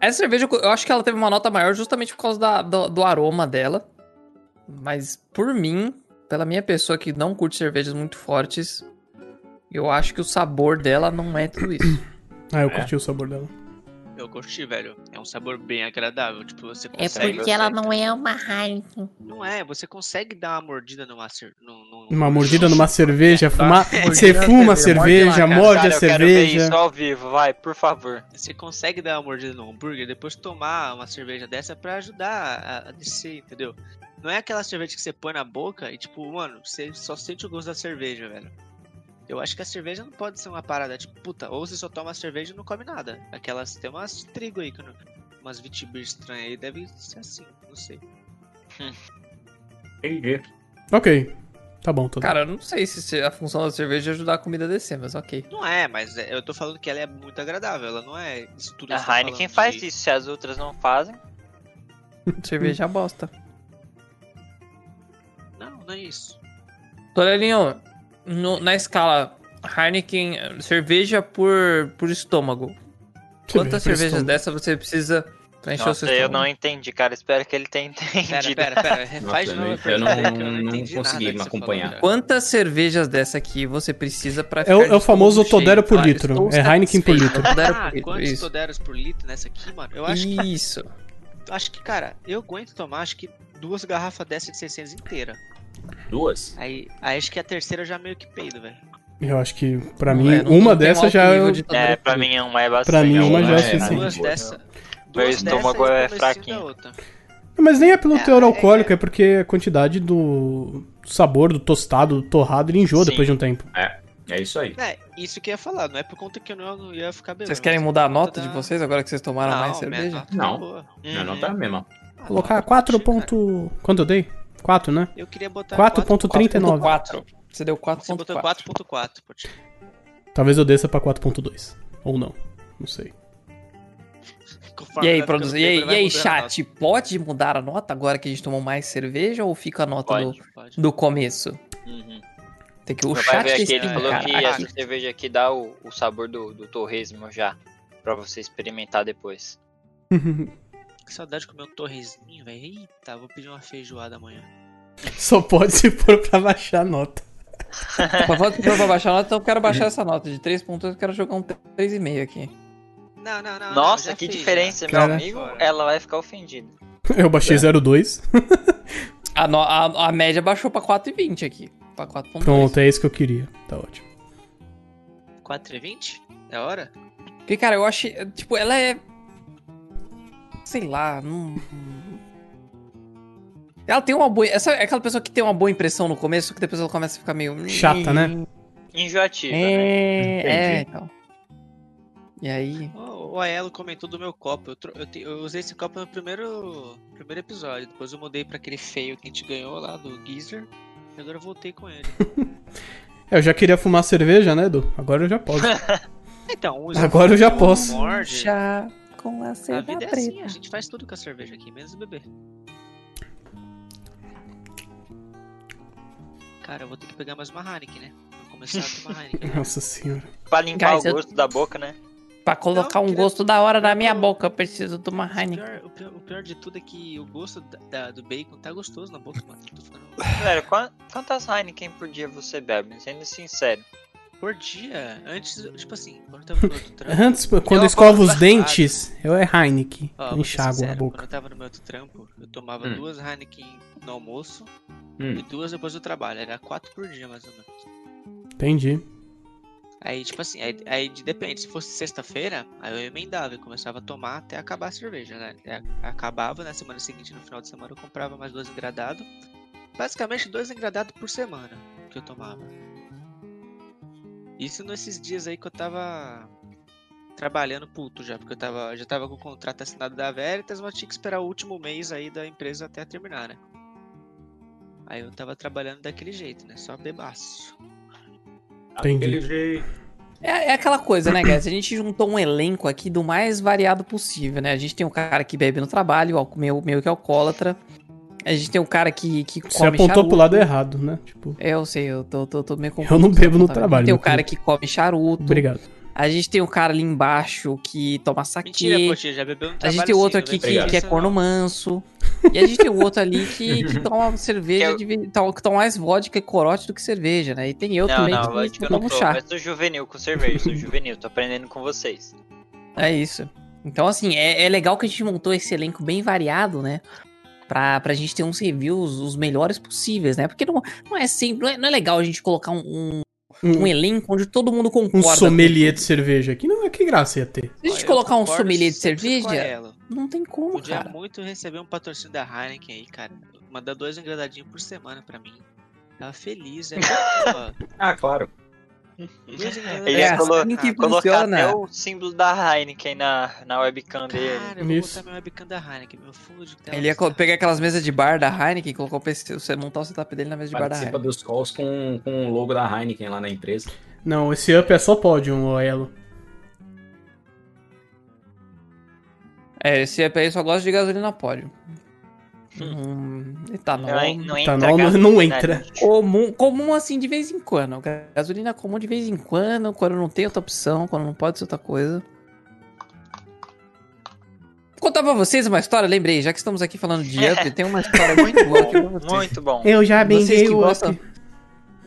Essa cerveja, eu acho que ela teve uma nota maior justamente por causa da- do, do aroma dela. Mas, por mim, pela minha pessoa que não curte cervejas muito fortes, eu acho que o sabor dela não é tudo isso. Ah, eu É. curti o sabor dela. Eu curti, velho. É um sabor bem agradável. Tipo, você É consegue. porque ela não é uma Heineken. Não é, você consegue dar uma mordida numa. Cer... num- num- Uma mordida numa cerveja, fumar. Mordida Você na fuma a cerveja, cerveja, morde lá, cara. morde a Cara, eu quero ver cerveja. isso ao vivo, vai, por favor. Você consegue dar uma mordida no hambúrguer depois tomar uma cerveja dessa pra ajudar a, a descer, entendeu? Não é aquela cerveja que você põe na boca e, tipo, mano, você só sente o gosto da cerveja, velho. Eu acho que a cerveja não pode ser uma parada, tipo, puta, ou você só toma a cerveja e não come nada. Aquelas. Tem umas trigo aí, que eu não- umas vitibir estranhas aí, deve ser assim, não sei. Entendi. Ok. Tá bom, tudo. Cara, eu não sei se se a função da cerveja é ajudar a comida a descer, mas ok. Não é, mas é- eu tô falando que ela é muito agradável, ela não é isso tudo que você tá A Heineken falando faz de- isso, se as outras não fazem. Cerveja bosta. Não, não é isso. Torelinho, no- na escala Heineken, eh, cerveja por, por estômago. Quantas por cervejas estômago. dessa você precisa pra encher o seu Nossa, eu estômago? não entendi, cara. Espero que ele tenha Pera, entendido. pera, pera, faz Nossa, de novo a eu não- pergunta aí, que eu não entendi nada consegui que me você falou, acompanhar. cara. Quantas cervejas dessa aqui você precisa pra É o- ficar de é o famoso estômago Todero cheio? por Claro, litro. estou É Heineken por satisfeito. litro. Todero Ah, por litro, quantos isso. toderos por litro nessa aqui, mano? Eu acho que, Isso. acho que, cara, eu aguento tomar acho que duas garrafas dessa de 600 inteira. Duas? Aí, aí acho que a terceira eu já meio que peido, velho. Eu acho que, pra Não mim, é, não tem uma um dessa alto já. nível eu- de Todero É, por pra litro. mim uma é bastante. Pra mim, uma Uma já é é Sim. suficiente. Duas dessa. Meu duas estômago dessa e o é comecinho da fraquinho. outra. Mas nem é pelo É, teor é- alcoólico, é porque a quantidade do sabor, do tostado, do torrado, ele enjoa Sim. depois de um tempo. É isso aí. É, isso que eu ia falar, não é por conta que eu não ia ficar bebendo. Vocês querem mudar a nota de vocês agora que vocês tomaram mais cerveja? tá Não. Minha nota é a mesma. Colocar 4 ponto... Quanto eu dei? 4, né? Eu queria Tá, botar 4.39. 4. Você deu Você botou 4.4. 4.4, pô. tipo, Talvez eu desça pra 4.2. Ou não. Não sei. farm E aí, vai ficando produção, e feio, aí, ele vai e aí, mudando a chat, pode mudar a nota agora que a gente tomou mais cerveja ou fica a nota do, Pode. nota. Pode. do começo? Uhum. Tem que o Meu pai chat veio que aqui, ele estima, falou cara. que Aqui. essa cerveja aqui dá o, o sabor do, do torresmo já. Pra você experimentar depois. Que saudade de comer um torresminho, velho. Eita, vou pedir uma feijoada amanhã. Só pode se pôr pra baixar a nota. Pra falar que foi pra baixar a nota, então eu quero baixar essa nota de 3.8, eu quero jogar um 3,5 aqui. Não, não, não. Nossa, não, Ah, já que fiz, diferença, já. meu Cara. amigo. Fora. Ela vai ficar ofendida. Eu É. baixei 02. A, no- a, a média baixou pra 4,20 aqui. Pra 4.2. Pronto, é isso que eu queria. Tá ótimo. 4,20? É hora? Porque, cara, eu acho. Tipo, ela é. Sei lá. Não... hum. Ela tem uma boa. Essa é aquela pessoa que tem uma boa impressão no começo, que depois ela começa a ficar meio. hum. Chata, né? é, Enjoativa, né? É, é, Entendi. então. E aí. O, o Aelo comentou do meu copo. Eu, tro- eu te- eu usei esse copo no primeiro, primeiro episódio. Depois eu mudei pra aquele feio que a gente ganhou lá do Geezer. E agora eu voltei com ele. É, Eu já queria fumar cerveja, né, Edu? Agora eu já posso. Então, usa Agora eu já um posso. morde. Chá com a A seda vida é preta. assim, a gente faz tudo com a cerveja aqui, menos beber. Cara, eu vou ter que pegar mais uma Heineken, né? Vou começar a tomar Heineken. Nossa senhora. Pra limpar Guys, o eu- gosto da boca, né? Pra colocar Não, um queria- gosto da hora na minha boca, eu preciso de uma Mas O Heineken. pior, o, pior, o pior de tudo é que o gosto da- da- do bacon tá gostoso na boca, mano. Tô falando. Galera, qua- quantas Heineken por dia você bebe? Sendo sincero. Por dia, antes, tipo assim, quando eu tava no outro trampo. Antes, quando eu Eu escovo os gosto. dentes, eu é Heineken. Ah, ó, Eu vou ser é enxago a sincero, boca. né? Quando eu tava no meu outro trampo, eu tomava Hum. duas Heineken no almoço Hum. e duas depois do trabalho. Era quatro por dia, mais ou menos. Entendi. Aí, tipo assim, aí, aí de- depende. Se fosse sexta-feira, aí eu emendava e começava a tomar até acabar a cerveja, né? A- Acabava na semana seguinte, no final de semana, eu comprava mais dois engradados. Basicamente, dois engradados por semana que eu tomava. Isso nesses dias aí que eu tava trabalhando puto já, porque eu tava, já tava com o contrato assinado da Veritas, mas tinha que esperar o último mês aí da empresa até terminar, né? Aí eu tava trabalhando daquele jeito, né? Só bebaço. Entendi. Aquele jeito. É, é aquela coisa, né, guys? A gente juntou um elenco aqui do mais variado possível, né? A gente tem um cara que bebe no trabalho, al- meio, meio que alcoólatra. A gente tem um cara que, que come Você apontou charuto. pro lado errado, né? Tipo, É, Eu sei, eu tô, tô, tô meio eu não bebo no Tá, trabalho. Tem o meu cara querido. que come charuto. Obrigado. A gente tem o cara ali embaixo que toma saque. Mentira, Potinha, já bebeu um né? no a trabalho gente tem o outro sim, né? aqui não que, vem Obrigado. que é com corno essa, manso. E a gente tem o outro ali que, que toma cerveja, Que é eu- de vez- to- que toma mais vodka e corote do que cerveja, né? E tem eu não, também não, que, acho que eu não tomo sou. chá. Mas sou juvenil com cerveja, sou juvenil, tô aprendendo com vocês. É isso. Então, assim, é, é legal que a gente montou esse elenco bem variado, né? Pra, pra gente ter uns reviews os melhores possíveis, né? Porque não, não é sempre. Não é, não é legal a gente colocar um, um- um Um, elenco onde todo mundo um concorda. sommelier de cerveja aqui. Não, que graça ia ter. Se a gente Olha, eu colocar um concordo sommelier de 100% com cerveja, ela. não tem como, Podia cara. muito receber um patrocínio da Heineken aí, cara. Mandar dois engradadinhos por semana pra mim. Tava feliz, é pô, Ah, claro. dois engradadinhos Ele É, ia por semana, assim que cara. Colocar funciona. até o símbolo da Heineken na, na webcam dele. Cara, eu vou Isso. botar meu webcam da Heineken, meu fundo de tela. tá Ele ia co- pegar aquelas mesas de bar da Heineken e colocar o PC, você montar o setup dele na mesa de bar da Participa Heineken. dos calls com, com o logo da Heineken lá na empresa. Não, esse up é só pódio, o Elo. É, esse EP aí só gosta de gasolina pódio. Hum, etanol. Ela é não entra. tá Etanol não- gasolina, não entra. né? Comum, comum assim de vez em quando. Gasolina comum de vez em quando, quando não tem outra opção, quando não pode ser outra coisa. Vou contar pra vocês uma história, lembrei, já que estamos aqui falando de up, tem uma história muito boa aqui pra vocês. Muito bom. Eu já Vocês bendei que o gostam- up.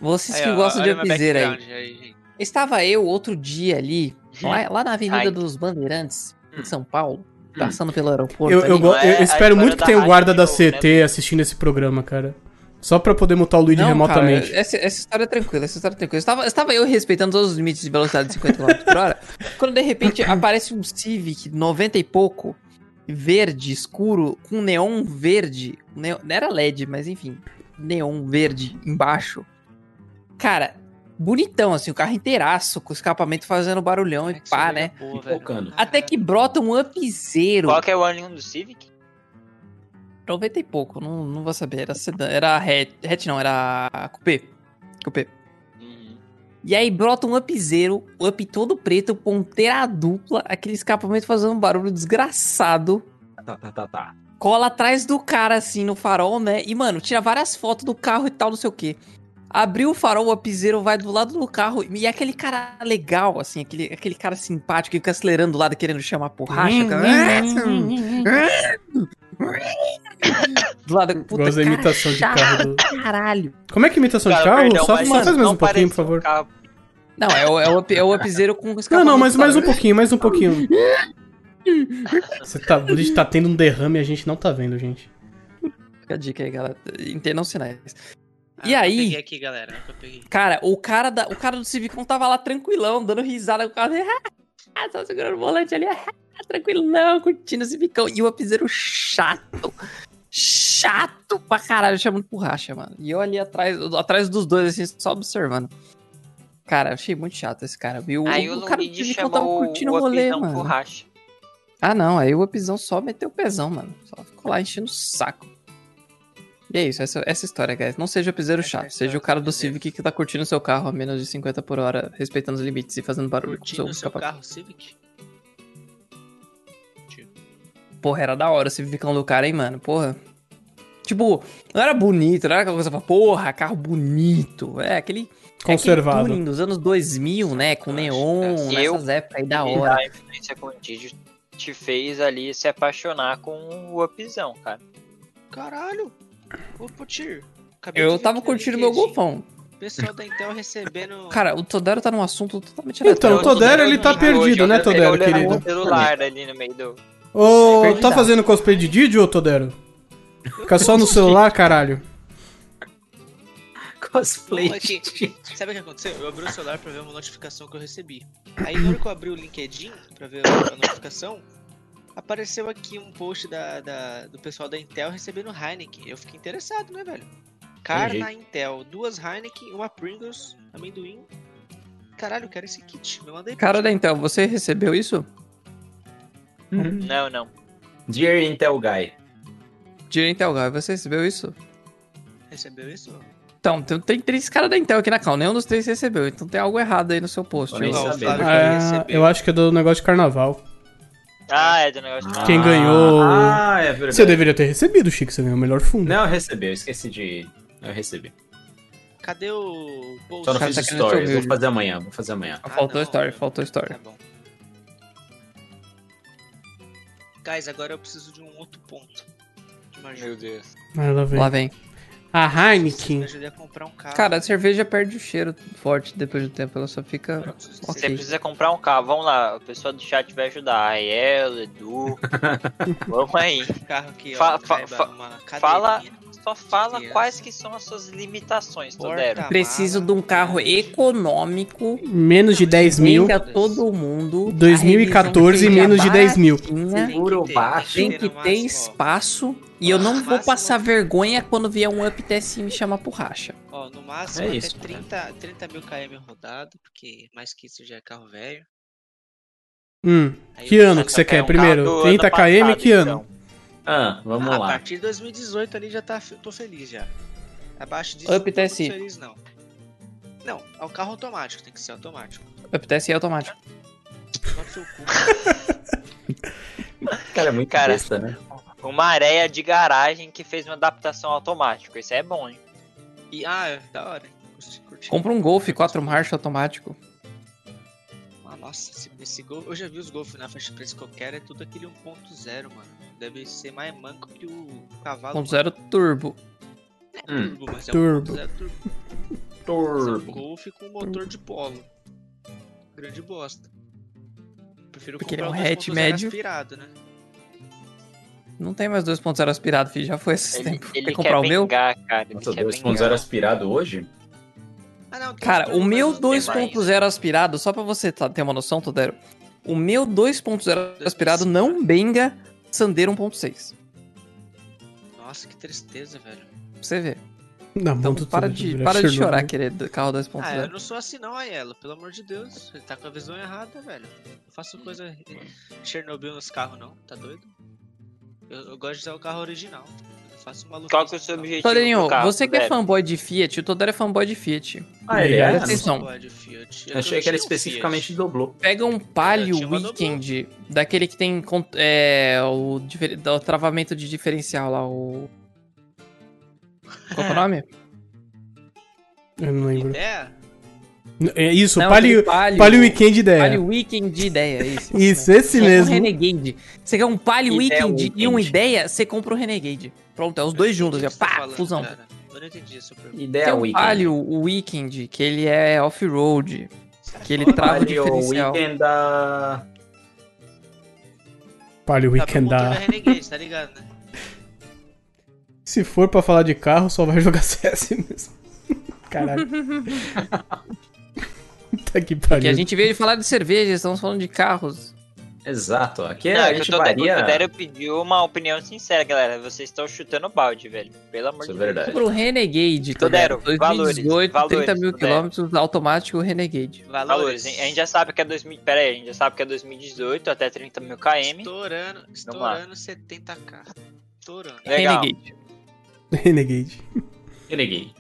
Vocês que gostam de upzeira aí. aí. Estava eu outro dia ali, lá, lá na Avenida Ai. dos Bandeirantes, em Hum. São Paulo, Hum. passando pelo aeroporto. Eu, eu ali. go- Não é eu espero a história muito que da tenha o guarda da Heineken de novo, né? CT assistindo esse programa, cara. Só pra poder mutar o Luigi Não, remotamente. Cara, essa, essa história é tranquila, essa história é tranquila. Estava, estava eu respeitando todos os limites de velocidade de 50 km por hora, quando de repente aparece um Civic 90 e pouco, verde, escuro, com neon verde. Neo- não era LED, mas enfim, neon verde embaixo. Cara, bonitão, assim, o carro inteiraço, com o escapamento fazendo barulhão e Ai, que pá, cerveja né? boa, velho. Ah, Focando. Até que brota um upzeiro. Qual que é o ano do Civic? 90 e pouco, não, não vou saber. Era sedã, era hatch, hatch não, era coupé. Coupé. E aí brota um upzeiro, up todo preto, ponteira dupla, aquele escapamento fazendo um barulho desgraçado. Tá, tá, tá, tá. Cola atrás do cara, assim, no farol, né? E, mano, tira várias fotos do carro e tal, não sei o quê. Abriu o farol, o upzeiro vai do lado do carro. E aquele cara legal, assim, aquele, aquele cara simpático que fica acelerando do lado querendo chamar porracha. cara. né? do lado, puta, Gosto da cara imitação de chato, carro. do- Caralho. Como é que é imitação de Cara, carro? perdão, só, mas só mano, faz mais não um pouquinho, parece por favor. carro. Não, é o, é o, up- é o upzeiro com Não, escapamento. né? não, mas mais um cara. pouquinho, mais um pouquinho. Você tá, o Luigi tá tendo um derrame e a gente não tá vendo, gente. Fica a dica aí, galera. Entendam os sinais. Ah, E eu aí? peguei aqui, galera. é o que eu peguei. Cara, o cara, da, o cara do Civicão tava lá tranquilão, dando risada com o carro. Ah, só segurando o volante ali. Ah, tranquilão, curtindo o Civicão. E o Upzeiro chato. Chato pra caralho, chamando por racha, mano. E eu ali atrás, atrás dos dois, assim, só observando. Cara, achei muito chato esse cara, viu? Aí o, cara do Luigi Civicão tava chamou curtindo o o rolê, Upizão mano. Borracha. Ah, não. Aí o Upzão só meteu o pezão, mano. Só ficou lá enchendo o saco. E é isso, essa, essa história, guys. Não seja o piseiro Essa é a chato, seja história o cara do do piseiro. Civic que tá curtindo seu carro a menos de 50 por hora, respeitando os limites e fazendo barulho com o Curtindo seu, o seu capacete. carro Civic? Porra, era da hora o Civicão do cara, hein, mano? Porra. Tipo, não era bonito, não era aquela coisa, pra, porra, carro bonito. É, aquele. é aquele Conservado. tuning dos anos 2000, né? Com é. neon, Eu- nessas épocas aí da E hora. A influência com o Digi te fez ali se apaixonar com o Upzão, cara. Caralho! Ô, Putir. acabei Eu de tava ver aqui, curtindo meu gente, golfão. O pessoal da Intel recebendo. Cara, o Todero tá num assunto totalmente Então, aleatório. o Todero, ele tá Hoje eu perdido, né, olhei- Todero, olhei no querido? celular ali no meio do... Ô, Perdidaço. tá fazendo cosplay de Didi, ô Todero? Fica só no celular, caralho. Cosplay. Não, é que- Sabe o que aconteceu? Eu abri o celular pra ver uma notificação que eu recebi. Aí na hora que eu abri o LinkedIn pra ver a notificação, apareceu aqui um post da, da- do pessoal da Intel recebendo Heineken. Eu fiquei interessado, né, velho? Cara Tem na Intel, duas Heineken, uma Pringles, amendoim. Caralho, eu quero esse kit. Me mandei Cara da Intel, você recebeu isso? Uhum. Não, não. Dear Intel Guy. Dear Intel Guy, você recebeu isso? Recebeu isso? Então, tem, tem três caras da Intel aqui na cal, nenhum dos três recebeu, então tem algo errado aí no seu post. Eu nem ô, sabia. Flávio. Ah, quem Ah, recebeu? eu acho que é do negócio de carnaval. Ah, é do negócio de... Quem ganhou- Ah, é verdade. Você deveria ter recebido, Chico, você ganhou o melhor fundo. Não, eu recebi, eu esqueci de. Eu recebi. Cadê o post? Só não cara fiz tá querendo te stories. ouvir, Vou Júlio. fazer amanhã, vou fazer amanhã. Ah, faltou não. story, faltou story. Tá bom. Guys, agora eu preciso de um outro ponto. De uma ajuda. Meu Deus. Ah, lá vem. Lá vem. A Me Heineken. ajudei a comprar um carro. Cara, a cerveja perde o cheiro forte depois do tempo, ela só fica. Você Ok. precisa comprar um carro. Vamos lá, o pessoal do chat vai ajudar. Aiel, Edu. Vamos aí. um carro aqui, ó. Fa- fa- caiba fa- uma fala- cadeirinha, Só fala Criança. quais que são as suas limitações, Todero. porta-mala. né? Preciso de um carro econômico. Menos de 10 mil. Liga todo mundo. 2014, a revisão menos de 10 mil. baratinha, Seguro ter, baixo. tem né? Tem que no ter máximo, ó. espaço. E eu não No vou máximo- passar vergonha quando vier um up TSI e me chamar por racha. Ó, no máximo É até isso, 30, 30 mil km rodado, porque mais que isso já é carro velho. Hum. Aí Que eu- ano que você quer? um carro Primeiro, do 30 ano km, passado, que ano? então. Ah, vamos Ah, a lá. partir de 2018 ali já tá, eu tô feliz já. Abaixo disso Up tá assim. eu não tô muito TSI. feliz não. Não, é um carro automático, tem que ser automático. Up TSI é automático. Só seu cu. Cara, é muito Cara. besta, né? Uma areia de garagem que fez uma adaptação automática. Isso é bom, hein? E, ah, é da hora. Curti, curti. Compra um Golf 4 marcha automático. Ah, nossa, esse, esse gol. Eu já vi os golfos na faixa de preço que eu quero, é tudo aquele 1.0, mano. Deve ser mais manco que o cavalo. 1.0 turbo. mano. Hum, turbo, mas é Turbo. 1.0 turbo. Mas é um turbo. golfe com motor de polo. Grande bosta. Prefiro Porque ele é comprar um hatch 2.0 médio. aspirado, né? Não tem mais 2.0 aspirado, filho. Já foi esse Ele, tempo. ele quer quer comprar o meu? vingar, cara. Ele é Nossa, quer 2.0 vingar. aspirado hoje? Ah, não, tem Cara, turbo, o mas meu não tem mais. 2.0 aspirado, só pra você tá- ter uma noção, Todero. O meu 2.0 aspirado não benga Sandero 1.6. Nossa, que tristeza, velho. Pra você ver. Não, Então muito para tudo, né? de, Chernobyl. para de chorar, querido. Carro Ah, eu 2.0. não sou assim não, Aiello, pelo amor de Deus. Você tá com a visão errada, velho. Não faço coisa Chernobyl nos carros não, tá doido? Eu, eu gosto de usar o carro original. faço maluco. Qual que é o seu objetivo? Torinho, do carro, você que é velho? fobói de Fiat, o Todero é fanboy de Fiat. Ah, Obrigado. ele é? um Presta atenção. Eu achei que era especificamente dobrou. Pega um Palio tinha uma do Weekend, daquele que tem con- é, o, difer- dá o travamento de diferencial lá, o... Qual que é o nome? Eu não lembro. É, É isso, Não, Palio, aquele Palio, Palio Weekend ideia. Palio Weekend de ideia, é isso. Isso, esse Compra um mesmo. Renegade. Você quer um Palio Ideia Weekend e uma Weekend. ideia, você compra o Renegade. Pronto, é os dois juntos, já, pá, fusão. tá né? Eu não entendi essa pergunta. Ideia Tem um Weekend. Palio o Weekend, que ele é off-road, que ele Olha, trava o Palio diferencial. um Weekend da... Palio tá Weekend perguntando a da... Renegade, tá ligado, né? Se for pra falar de carro, só vai jogar CS mesmo. Caralho. tá que Que a pariu. gente veio de falar de cerveja, estamos falando de carros. Exato. Aqui Não, a é que gente o Todero- varia... O Todero pediu uma opinião sincera, galera. Vocês estão chutando balde, velho. Pelo amor Isso é de verdade. Sobre o Renegade, Todero, valores, 2018, 30 mil valores, né? quilômetros automático Renegade. Deus. Valores. hein? A gente já sabe que é 2000. Pera aí, a gente já sabe que é 2018 até 30 mil km. Estourando, estourando 70k. Estourando. Legal. Renegade. Renegade. Renegade.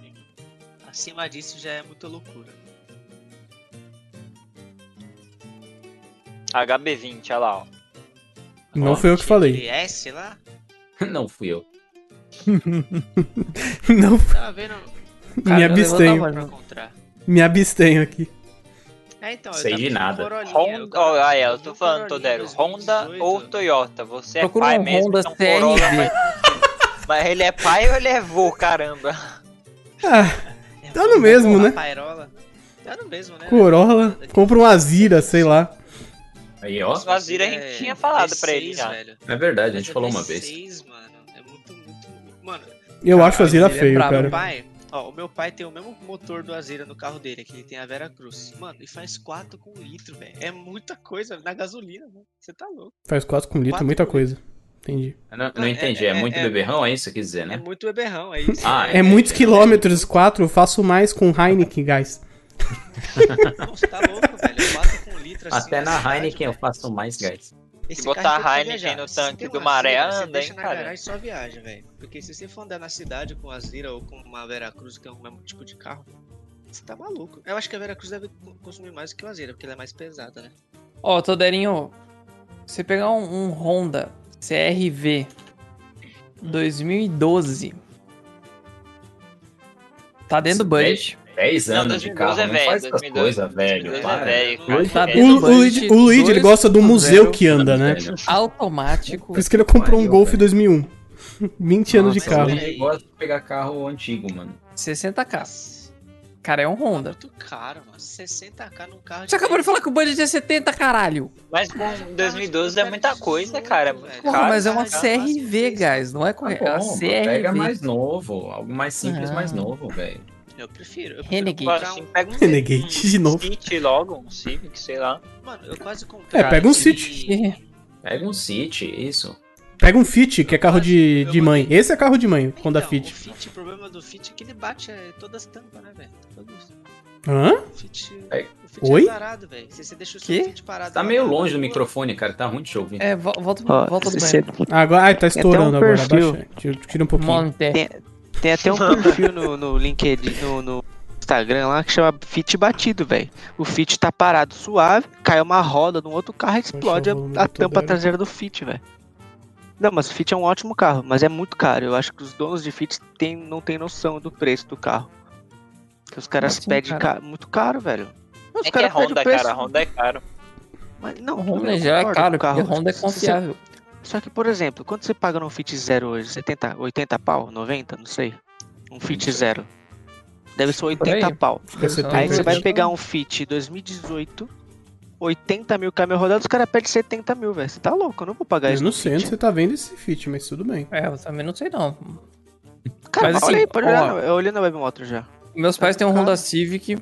Acima disso já é muita loucura. HB20, olha lá, ó. Tá Não fui eu que falei. S é, lá? Não fui eu. Não, Tava vendo me eu abstenho. levantava, pra não. encontrar. Me abstenho aqui. É, então, eu Sei tava de vendo nada. Corolinha, eu Honda, tava- ó, ah, é, eu vi tô um falando, Corolinha Todero, Honda 2018. ou Toyota? Você Procura é pai um mesmo, Honda então Corolla, CRV. mas- mas ele é pai ou ele é vô, caramba? Ah, É, Tá no mesmo, Honda né? Pairola. Tá no mesmo, né? Corolla. Compra um Azira, sei lá. Aí, ó. Mas vira a gente tinha falado pra ele já. É, Velho. É verdade, a Mas gente é falou uma vez. V6, mano. É muito, muito. Mano, Eu Caralho, acho o Azira ele é feio, brabo, cara. meu pai. Ó, o meu pai tem o mesmo motor do Azira no carro dele, que ele tem a Vera Cruz. Mano, e faz 4 com litro, velho. É muita coisa na gasolina, mano. Você tá louco. Faz 4 com litro, Quatro muita com coisa. Entendi. Eu Não, não É, entendi, é, é, muito é. beberrão, é isso que quer dizer, É né? muito beberrão, é isso. Ah, É muitos quilômetros, 4, eu faço mais com Heineken, guys. Nossa, tá louco, velho. 4 com litro assim. Até na Heineken eu faço mais, guys. Esse Se botar carro é pra Heineken viajar. no Se tanque tem do um Maré, Azira, você anda, deixa hein, na cara? garagem e só viaja, velho. Porque se você for andar na cidade com Azira ou com uma Vera Cruz, que é o mesmo tipo de carro, você tá maluco. Eu acho que a Vera Cruz deve co- consumir mais que o Azira, porque ela é mais pesada, né? Ó, Toderinho, você pegar um, um Honda CRV 2012, tá dentro do budget. 10 Não, anos de carro, 2012 é não velho, faz essas 2012. coisas, velho. 2012 Para. é velho, cara. Hoje Tá O, bem. velho. o Luigi, o Luigi, ele gosta do museu que anda, né? Velho. Automático. Por isso que ele comprou um Pariu, Golf velho. 2001. 20 anos de mas carro. ele- Eu gosto é um de pegar carro antigo, mano. Ah. 60k. Nossa, Cara, é um tá Honda. muito caro, mano. 60k num carro de. Você acabou de falar que o budget é 70, caralho. Mas com 2012 é muita coisa, cara. tá Ah, é muito Porra, caro. mas é uma cara, CRV, cara. guys. Não é correto. Tá é bom, uma Pega CRV. mais novo, algo mais simples, Ah. mais novo, velho. Eu prefiro. Eu prefiro Renegade. Agora, comprar assim, um- pega um Renegade um de novo. City logo, um Civic, sei lá. Mano, eu quase comprei. É, pega um esse- City. Pega um City, isso. Pega um Fit, que é carro de, de mãe. Esse é carro de mãe, Honda Então, O Fit. Fit, o problema do Fit é que ele bate eh, todas as tampas, né, velho? Todos. Hã? O Fit, Aí. o fit Oi? é parado, velho. Se você deixa o seu Quê? Fit parado. Tá lá meio na longe do rua, microfone, cara. Tá ruim de te ouvir. É, vo- volta, Ó, volta do cê- banheiro. Agora, ai, tá estourando um agora. perfil. Abaixa. Tira, tira um pouquinho. Monte. Tem até um perfil no, no LinkedIn, no, no Instagram lá, que chama Fit Batido, velho. O Fit tá parado suave, cai uma roda num outro carro e explode a, Baixou o volume a do tampa Todero. traseira do Fit, velho. Não, mas o Fit é um ótimo carro, mas é muito caro. Eu acho que os donos de Fit tem, não tem noção do preço do carro. Que os caras Assim, pedem cara. ca- muito caro, velho. Os É que é caras pedem Honda, preço- cara. Honda é caro. Mas não, O tudo Honda bem, em eu geral é concordo com caro, o porque o Honda é Se você- confiável. Só que, por exemplo, quando você paga num Fit Zero hoje, 70, 80 pau, 90, não sei. Um Fit Zero. Deve ser Por aí. 80 pau. Fica Aí você vai 70. pegar um Fit 2018, 80 mil caminhão rodado, os caras pedem 70 mil, velho. Você tá louco, eu não vou pagar Eu isso. não no sei onde Fit. você tá vendo esse Fit, mas tudo bem. É, eu também não sei não. Cara, Mas mas olha assim, aí, pode olhar, ó. na- eu olhei na Webmotor já. Meus pais têm um Cara. Honda Civic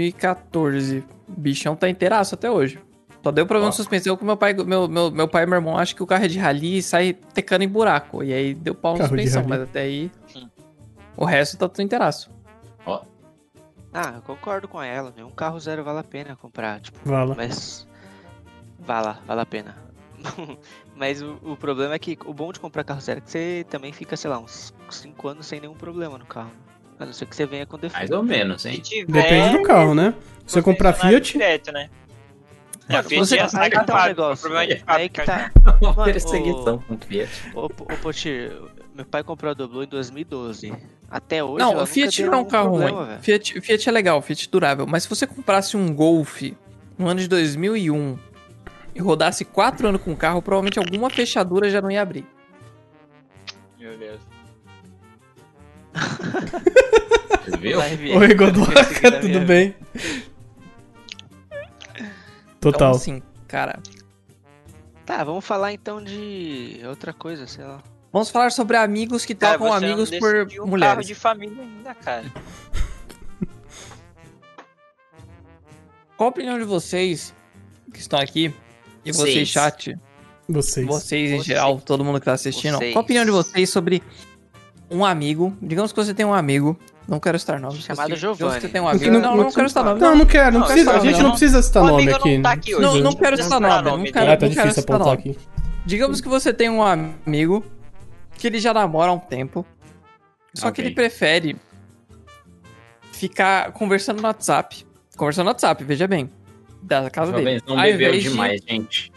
2014. Bichão tá inteiraço até hoje. Só deu problema de suspensão que meu pai, meu, meu, meu pai e meu irmão acham que o carro é de rali e sai tecando em buraco. E aí deu pau na Carro de suspensão, rali. mas até aí. Hum. O resto tá tudo inteiraço. Ah, eu concordo com ela, meu. Um carro zero vale a pena comprar, tipo, Vala. mas. Vá lá, vale a pena. Mas o, o problema é que o bom de comprar carro zero é que você também fica, sei lá, uns 5 anos sem nenhum problema no carro. A não ser que você venha com defeito. Mais ou menos, Se hein? tiver, Depende do carro, né? Se você comprar concessionário Fiat, Direto, né? Não, Não, Fiat Você, é aí que tá o acabado, negócio. problema é de Aí que fábrica, tá. Uma Mano, perseguição com o Fiat. Ô, ô Potir, meu pai comprou a Doblo em 2012. Até hoje. Não, ela o Fiat nunca não é um deu carro problema, ruim. velho. Fiat, Fiat é legal, Fiat durável. Mas se você comprasse um Golf no ano de 2001 e rodasse 4 anos com o carro, provavelmente alguma fechadura já não ia abrir. Meu Deus. Viu? Vai ver. Oi, Perseguida Godoca, tudo mesmo. bem? Então, Total. assim, cara. Tá, vamos falar então de outra coisa, sei lá. Vamos falar sobre amigos que trocam É, você não amigos por decidiu o carro mulheres. tipo de família ainda, cara. Tá Qual a opinião de vocês que estão aqui? E vocês, Vocês. chat, Vocês. vocês em Vocês. geral, todo mundo que tá assistindo. Vocês. Qual a opinião de vocês sobre um amigo? Digamos que você tem um amigo. Não quero estar nomes. Chamado Digamos que- digamos Giovanni. que Você tem um Porque amigo. Não, não, quero estar nomes. Não, não quero, não, Não, precisa. esse A gente amigo não não- precisa citar o nome amigo aqui. não tá aqui hoje. Não, não gente. quero citar Não, nome. Não nome quero, dele. Ah, tá não quero difícil citar apontar nome. aqui. Digamos que você tem um amigo que ele já namora há um tempo. Só que Ok. ele prefere ficar conversando no WhatsApp. Conversando no WhatsApp, veja bem. Da casa dele. Jovens não Ao bebeu invés de- demais, gente.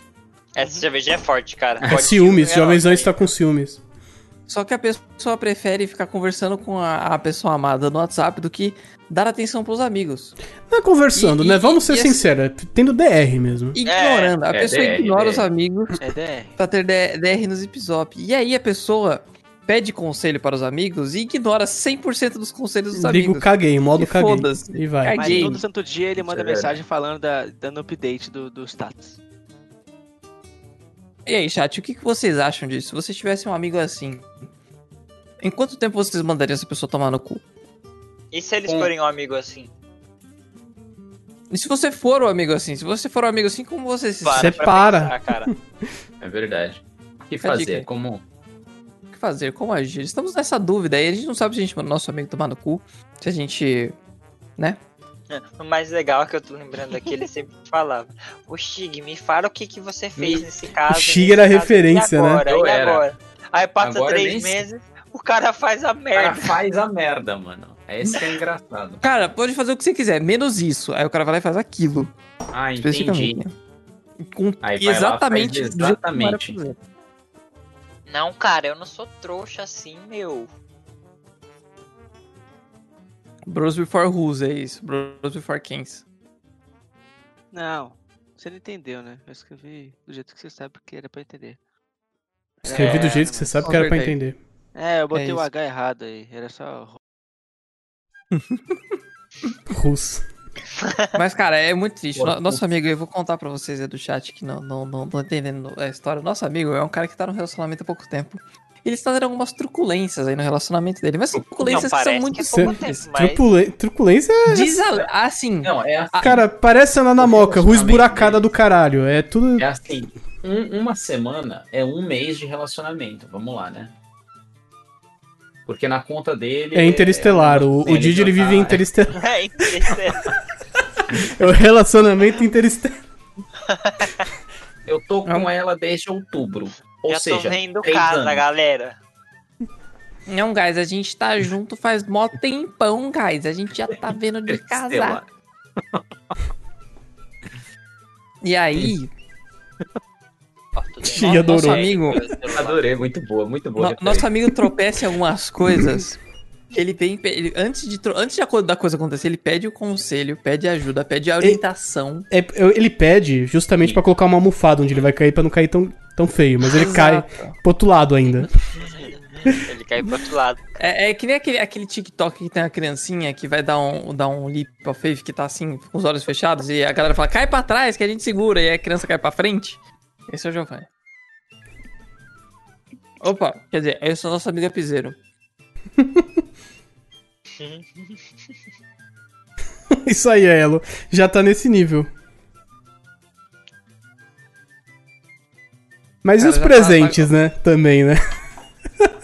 Essa cerveja é forte, cara. É Pode- ciúmes, é, jovenzão ó, está com ciúmes. Só que a pessoa prefere ficar conversando com a, a pessoa amada no WhatsApp do que dar atenção pros amigos. Não é conversando, E- né? e- Vamos ser e assim- esse- sinceros, é tendo DR mesmo. Ignorando. a é, pessoa DR, ignora os DR. amigos É DR. pra ter DR nos episódios. E aí a pessoa pede conselho para os amigos e ignora 100% dos conselhos dos Ligo, amigos. caguei, modo E caguei. foda-se. E vai. Caguei. Mas Gay. todo santo dia ele manda Isso é verdade. mensagem falando da, dando update do, do status. E aí, chat, o que que vocês acham disso? Se você tivesse um amigo assim, em quanto tempo vocês mandariam essa pessoa tomar no cu? E se eles forem um amigo assim? E se você for um amigo assim, se você for um amigo assim, como você se Para, sente? Você pra para. pensar, Ah, cara. É verdade. O que Fica a dica aí. fazer? Como O que fazer? Como agir? Estamos nessa dúvida aí, a gente não sabe se a gente manda o nosso amigo tomar no cu, se a gente... O mais legal é que eu tô lembrando aqui, ele sempre falava: Ô Shig, me fala o que, que você fez nesse caso. Shig nesse era caso, referência, e né? agora, Eu E era. agora? Aí passa Agora nem três sei. meses, o cara faz a É. O cara merda. faz a merda, mano. É esse que é engraçado. Cara, pode fazer o que você quiser, menos isso. Aí o cara vai lá e faz aquilo, Ah, entendi. especificamente. Com... Aí vai lá, Exatamente. do faz jeito que não era pra exatamente. fazer. Não, cara, eu não sou trouxa assim, meu. Bros before rules, é isso. Bros before kings. Não, você não entendeu, né? Eu escrevi do jeito que você sabe que era pra entender. né? Escrevi do É, jeito que você mas- sabe que era pra Convertei. entender. É, eu botei o isso. H errado aí. Era só. Russo. Mas, cara, é muito triste. Bora, No- Nosso amigo, eu vou contar pra vocês aí do chat que não, não, não, não entendendo a história. Nosso amigo é um cara que tá num relacionamento há pouco tempo. Ele está tendo algumas truculências aí no relacionamento dele, mas são truculências que são parece muito que é pouco simples. tempo, mas- Truculen- Truculência é. Diz a- assim, Não, é assim. Cara, parece andar na o moca, rua relacionamento esburacada do caralho. É tudo. É assim. Um- uma semana é um mês de relacionamento. Vamos lá, né? Porque na conta dele. É interestelar. O, o Ele Didi ele já tá- vive em interestelar. É interessante. É o relacionamento interestelar. Eu tô É um- com ela desde outubro. Ou Já tô seja, vendo três casa, anos. galera. não, guys, a gente tá junto faz mó tempão, guys. A gente já tá vendo de casar. interestelar. E aí, Ó, tudo bem. Shig adorou. nosso amigo, Adorei, muito boa, muito boa. no- nosso amigo tropeça em algumas coisas. Ele tem. pe- ele- antes de, tro- antes de a co- da coisa acontecer, ele pede o conselho, pede ajuda, pede a orientação. É, eu- ele pede justamente pra colocar uma almofada onde ele vai cair pra não cair tão, tão feio, mas ele cai Exato. pro outro lado ainda. Ele caiu pro outro lado. É, é que nem aquele, aquele TikTok que tem a criancinha que vai dar um, dar um leap of faith que tá assim, com os olhos fechados, e a galera fala, cai pra trás que a gente segura, e a criança cai pra frente. Esse é o Giovanni. Opa, quer dizer, esse é o nosso amigo piseiro. Isso aí, Elo. Já tá nesse nível. Mas e Cara, os já tá- presentes, né? Também, né?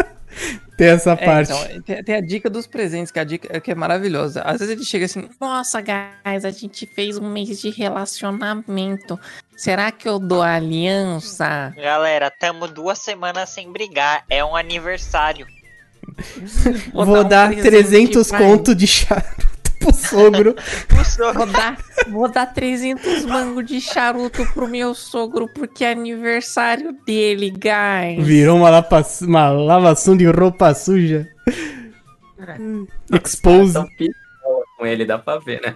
Tem essa É, parte. então, tem, tem a dica dos presentes, que é a dica que é maravilhosa. Às vezes ele chega assim, Nossa, guys, a gente fez um mês de relacionamento. Será que eu dou aliança? Galera, tamo duas semanas sem brigar. É um aniversário. Vou, um dar 300 conto de charuto pro sogro. Vou dar, vou dar 300 mangos de charuto pro meu sogro, porque é aniversário dele, guys. Virou uma, lapa, uma lavação de roupa suja. Expose. Tão pistola Então, com ele, dá pra ver, né?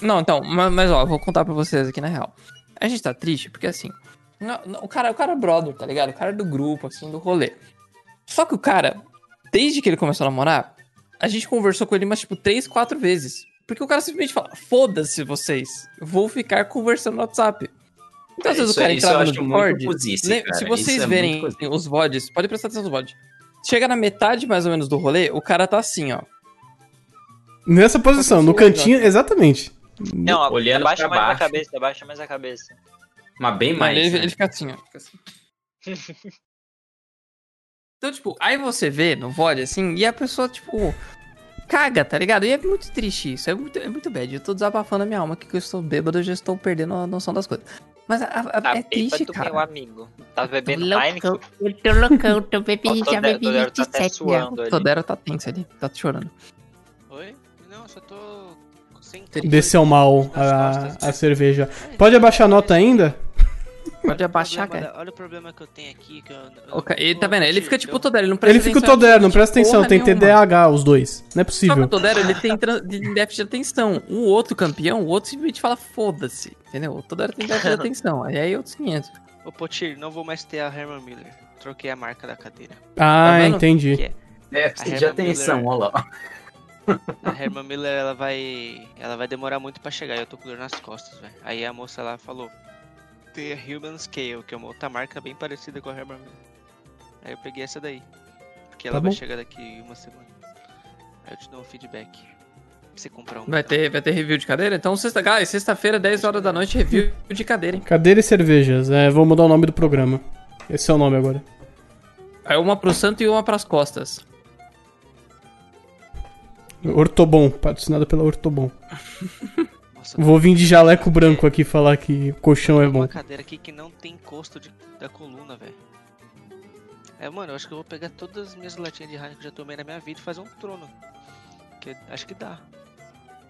Não, então, ma- mas, ó, eu vou contar pra vocês aqui na real. A gente tá triste porque assim, não- não, o, cara, o cara é brother, tá ligado? O cara é do grupo, assim, do rolê. Só que o cara, desde que ele começou a namorar, a gente conversou com ele umas, tipo, três, quatro vezes. Porque o cara simplesmente fala, foda-se vocês, eu vou ficar conversando no WhatsApp. Então, às É, vezes isso- o cara isso eu entrava no acho muito Discord. cozice, le- cara, se isso vocês é verem muito cozice. os VODs, pode prestar atenção nos VODs. Chega na metade, mais ou menos, do rolê, o cara tá assim, ó. Nessa posição, no cantinho, exatamente. Não, Olhando abaixa pra mais baixo. a cabeça, abaixa mais a cabeça. Mas bem mais. Ele, né? ele fica assim, ó. fica assim. então, tipo, aí você vê no VOD, assim, e a pessoa, tipo, caga, tá ligado? E é muito triste isso, é muito, é muito bad. Eu tô desabafando a minha alma aqui, que eu estou bêbado, eu já estou perdendo a noção das coisas. Mas a- a- Tá é triste, bêbado, meu cara. amigo. Tá Tô bebendo Heineken? loucão, eu tô loucão, tô bebendo, né? Ó, já Todero- bebi Todero tá até 27 já. suando ali. Todero tá tenso ali, tá chorando. Oi? Não, eu só tô sem Desceu ao mal a, a cerveja. É, Pode abaixar a nota ainda? Pode abaixar, então, Problema cara. da- Olha o problema que eu tenho aqui. Que eu, eu- O ca- Ele, tá vendo? Ele fica tipo o eu- Todero, ele não presta Ele fica o atenção em Todero, não presta porra atenção. Tem nenhuma. TDAH os dois. Não é Só que o possível. Todero, ele tem tran- de- déficit de atenção. O outro campeão, o outro simplesmente fala, foda-se, entendeu? O Todero tem déficit de atenção, aí é aí outros 500. Ô, Potir, não vou mais ter a Herman Miller. Troquei a marca da cadeira. Ah, tá vendo? entendi. Déficit A de Herman atenção, Miller. olha lá. A Herman Miller, ela vai. Ela vai demorar muito pra chegar. e Eu tô com dor nas costas, velho. Aí a moça lá falou. The Human Scale, que é uma outra marca bem parecida com a Herman Miller. Aí eu peguei essa daí. Porque ela Tá vai bom. chegar daqui uma semana. Aí eu te dou um feedback. Pra você comprar um uma. Vai ter, vai ter review de cadeira? Então, sexta, guys, sexta-feira, 10 horas da noite, review de cadeira, hein? Cadeira e cervejas. É, vou mudar o nome do programa. Esse é o nome agora. É uma pro santo e uma pras costas. Ortobon, patrocinado pela Ortobon. Nossa, Vou vir de jaleco branco aqui falar que o colchão é Tem um bom. Uma cadeira aqui que não tem encosto de- da coluna, velho. É, mano, eu acho que eu vou pegar todas as minhas latinhas de Heineken que eu já tomei na minha vida e fazer um trono. Que, acho que dá.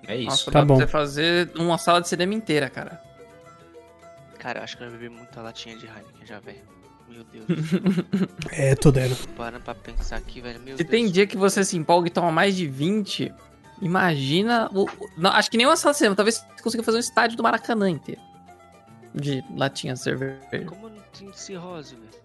É isso. Nossa, Tá dá bom. pra você fazer uma sala de cinema inteira, cara. Cara, eu acho que eu já bebi muita latinha de Heineken já, velho. Meu Deus. do céu. É, Todero. Parando pra pensar aqui, velho. Meu Se Deus. tem dia que você se empolga e toma mais de 20, imagina. o- o- não, acho que nem uma sala de cinema, talvez você consiga fazer um estádio do Maracanã inteiro. De latinha de cerveja. Como não tem cirrose, velho?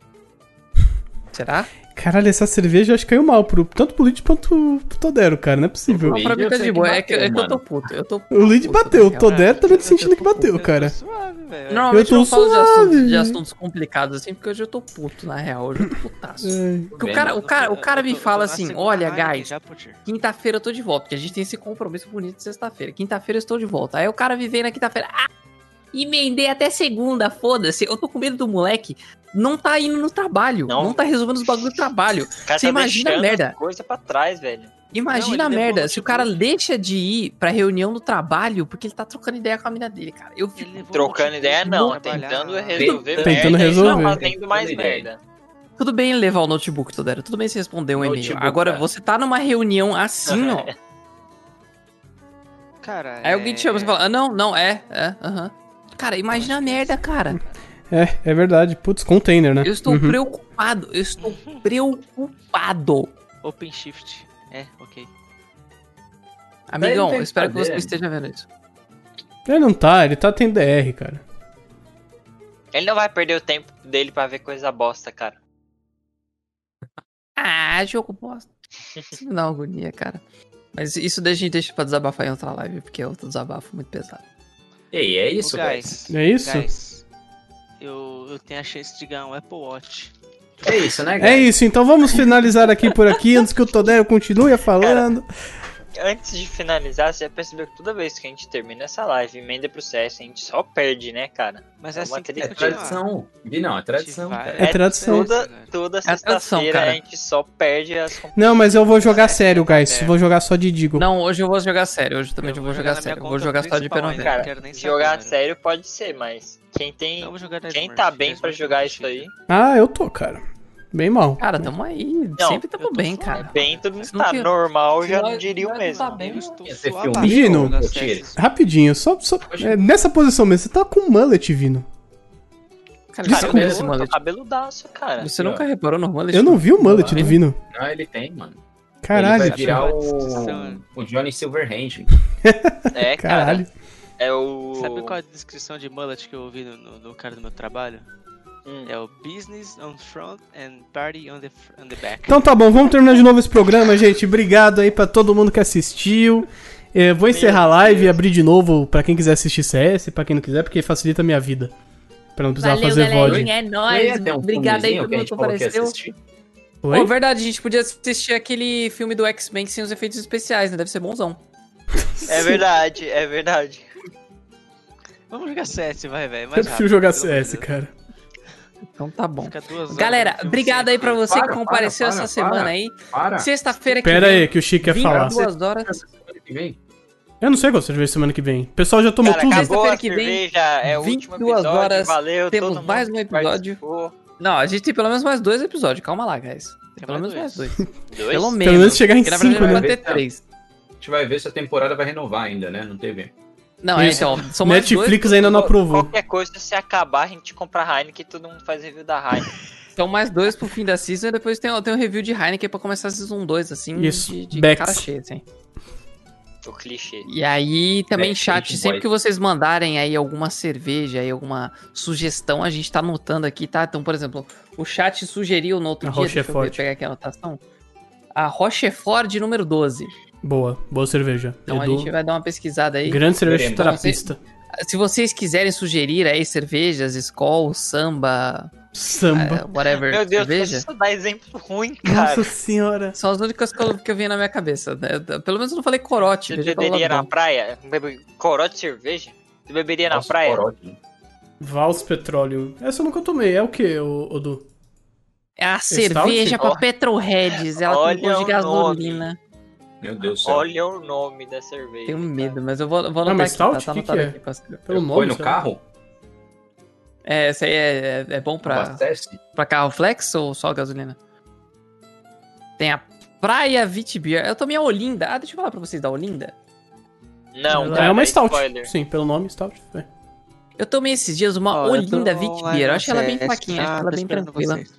Será? Caralho, essa cerveja acho que caiu mal pro, tanto pro Lid quanto pro Todero, cara. Não é possível. Não, pra mim Eu tá sei de que boa. É que, é bateu, que eu tô mano. puto. Eu tô puto, O Lid puto, bateu, o na Todero real. também tá sentindo que tô puto. bateu, cara. Suave, velho. Normalmente Eu tô eu, não falo de assuntos, de suave. assuntos complicados assim, porque hoje eu tô puto, na real. Hoje eu tô putaço. É. Porque o Vendo. cara, o cara, o cara Eu tô- me eu tô fala na assim: segunda olha, Heineken guys, já, Potir. quinta-feira eu tô de volta, porque a gente tem esse compromisso bonito de sexta-feira. Quinta-feira eu estou de volta. Aí o cara me vem na quinta-feira. Ah, emendei até segunda, foda-se. Eu tô com medo do moleque. Não tá indo no trabalho. Não, Não. tá resolvendo os bagulho do trabalho. O cara Você tá imagina a deixando merda. coisa pra trás, velho. Imagina a ele merda levou, se o tipo- cara deixa de ir pra reunião do trabalho porque ele tá trocando ideia com a mina dele, cara. Eu fico. Ele levou Trocando muito ideia tempo não, pra trabalhar. tentando resolver Tentando merda resolver. e só fazendo mais Tentando merda. Tudo bem levar o notebook, Todero. Tudo bem você responder um e-mail. Notebook, Agora, cara. você tá numa reunião assim, ó. Cara, é Aí alguém te chama, você fala, ah, não, não, é, é, aham. Cara, imagina a merda, cara. É, é verdade. Putz, container, né? Eu estou Uhum. preocupado, eu estou preocupado. Open Shift. É, ok. Amigão, tem eu espero que você cadeira. esteja vendo isso. Ele não tá, ele tá tendo DR, cara. Ele não vai perder o tempo dele pra ver coisa bosta, cara. Ah, jogo bosta. Isso me dá uma agonia, cara. Mas isso daí a gente deixa pra desabafar em outra live, porque é outro desabafo muito pesado. Ei, é Ô, isso, velho. guys, É isso? guys, eu, eu tenho a chance de ganhar um Apple Watch. É isso, né, guys? É isso, então vamos finalizar aqui por aqui antes que o Todero continue falando. antes de finalizar, você já percebeu que toda vez que a gente termina essa live, emenda pro CS, a gente só perde, né, cara? Mas é É uma assim que tem É que continuar. tradição. Vi não, é tradição. Vai. cara. É tradição. Toda- Toda tradição, sexta-feira cara. a gente só perde as competições. Não, mas eu vou jogar É, sério, guys. é. Vou jogar só de Digo. Não, hoje eu vou jogar sério. Hoje também eu Eu vou vou jogar jogar na sério. Eu minha vou conta jogar só de principal pé ainda, velho. Cara, quero nem saber, jogar né? mano. sério pode ser, mas quem tem. Eu vou jogar Dead Quem Mercy, tá bem Dead pra Mercy jogar é isso aí, Ah, eu tô, cara. Bem mal. Cara, tamo aí. Sempre tamo eu tô bem, suave. cara. bem todo mundo Não tá que- normal, já Nós- não diria o nós mesmo. Tá bem, Eu estou Ia ser suave. filme. Vino. Jogar Eu sério. tiro. Rapidinho, só. só- é, nessa posição mesmo, você tá com mullet, Vino. Cara, Desculpa. desculpa esse eu tô mullet. cabeludaço, cara. Você Aqui, ó. nunca reparou no mullet? Eu não vi o mullet Vino. do Vino. Não, ele tem, mano. ele Caralho, vai virar tio. o, o Johnny Silverhand. É, cara. Caralho. É o. Sabe qual é a descrição de mullet que eu ouvi no, no- no cara do meu trabalho? Hum. É o business on front and party on the, fr- on the back. Então tá bom, vamos terminar de novo esse programa, gente. Obrigado aí pra todo mundo que assistiu. É, vou encerrar a live e abrir de novo pra quem quiser assistir CS, pra quem não quiser, porque facilita a minha vida. Pra não precisar Valeu, fazer VOD. galerinha. É Não nóis. ia ter um Obrigado aí filmezinho todo que a mundo gente que falou que ia apareceu. assistir? Oi? Pô, verdade, a gente podia assistir aquele filme do X-Men sem os efeitos especiais, né? Deve ser bonzão. É verdade, é verdade. Vamos jogar CS, vai, velho. Eu prefiro jogar CS, cara. Então tá bom. né? Fica duas horas Galera, no filme obrigado aí pra sempre. você Para, que compareceu para, para, essa semana para. aí. Para. Sexta-feira que Pera vem, aí, que o Chico quer falar. 22 horas. Semana que vem. Eu não sei qual cerveja semana que vem. O pessoal já tomou Cara, tudo? acabou a Sexta-feira que vem, cerveja, é o último 22 episódio, horas, valeu, temos todo mundo mais um que episódio. participou. Não, a gente tem pelo menos mais dois episódios. Calma lá, guys. Tem pelo mais menos dois. mais dois. Dois? Pelo menos. Pelo menos chegar em Porque, na verdade, cinco, vai né? ter três. A gente vai ver se a temporada vai renovar ainda, né? Não teve. Não, é, Isso. então, são mais dois. Netflix então ainda não aprovou. Qualquer coisa, se acabar, a gente compra a Heineken e todo mundo faz review da Heineken. São Então, mais dois pro fim da season e depois tem, tem um review de Heineken pra começar a season 2, assim, Isso, de, de Bex. cara cheia, assim. o clichê. E aí, também, Bex, chat, Bex, sempre boy. que vocês mandarem aí alguma cerveja, aí alguma sugestão, a gente tá anotando aqui, tá? Então, por exemplo, o chat sugeriu no outro A dia, eu ver, Rochefort. pegar aqui a anotação, a Rochefort número 12. Boa, boa cerveja. Então a Edu, gente vai dar uma pesquisada aí. grande cerveja Veremos. terapista. Se vocês quiserem sugerir aí cervejas, Skol, Samba, Samba. ah, whatever, Meu Deus, cerveja... só dá exemplo ruim, cara. Nossa senhora. São as únicas que eu, que eu vi na minha cabeça. né? Eu- Pelo menos eu não falei corote. Você veja pelo lado beberia na bom. praia? Bebe corote de cerveja? Você beberia na Nossa, praia? corote. né? Vals Petróleo. Essa eu nunca tomei. É o que, Odu? É a Stout? cerveja com Ó. Petroheads. Ela Olha tem um gosto o de gasolina. Meu Deus do céu. Olha o nome da cerveja. Tenho cara. medo, mas eu vou, vou Ah, anotar mas aqui. Tá, Stout, tá que anotado que é? aqui. posso- Pelo nome. Foi no sei lá. carro? É, essa aí é, é, é bom pra, Abastece? pra carro flex ou só gasolina? Tem a Praia Vitibir. Eu tomei a Olinda. Ah, deixa eu falar pra vocês da Olinda. Não, Ela um cara, é uma stout. spoiler. Sim, pelo nome, stout. É. Eu tomei esses dias uma Ó, eu tô Olinda online Vitibir. Eu no é, acho ela bem CS, fraquinha, tá? acho ela Tô bem esperando tranquila. vocês.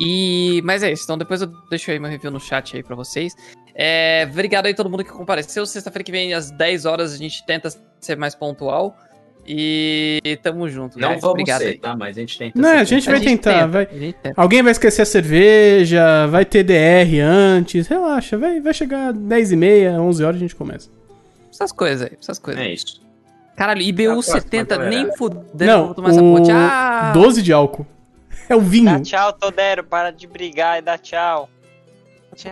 E, mas é isso, então depois eu deixo aí meu review no chat aí pra vocês. É, obrigado aí todo mundo que compareceu. Sexta-feira que vem, às 10 horas, a gente tenta ser mais pontual. E, tamo junto. Não guys. vamos obrigado ser, aí. tá? Mas a gente tenta. Não, ser a gente sincero. vai tentar, tenta, vai. a gente tenta. Alguém vai esquecer a cerveja, vai ter DR antes. Relaxa, vai, vai chegar 10h30, 11 horas a gente começa. Essas coisas aí, essas coisas. É Tá, isso. Caralho, Até a próxima, IBU70, galera. nem fudendo eu Não, vou tomar essa ponte. o- Ah! 12 de álcool. É o vinho. Dá tchau, Todero. Para de brigar e dá tchau. Tchau.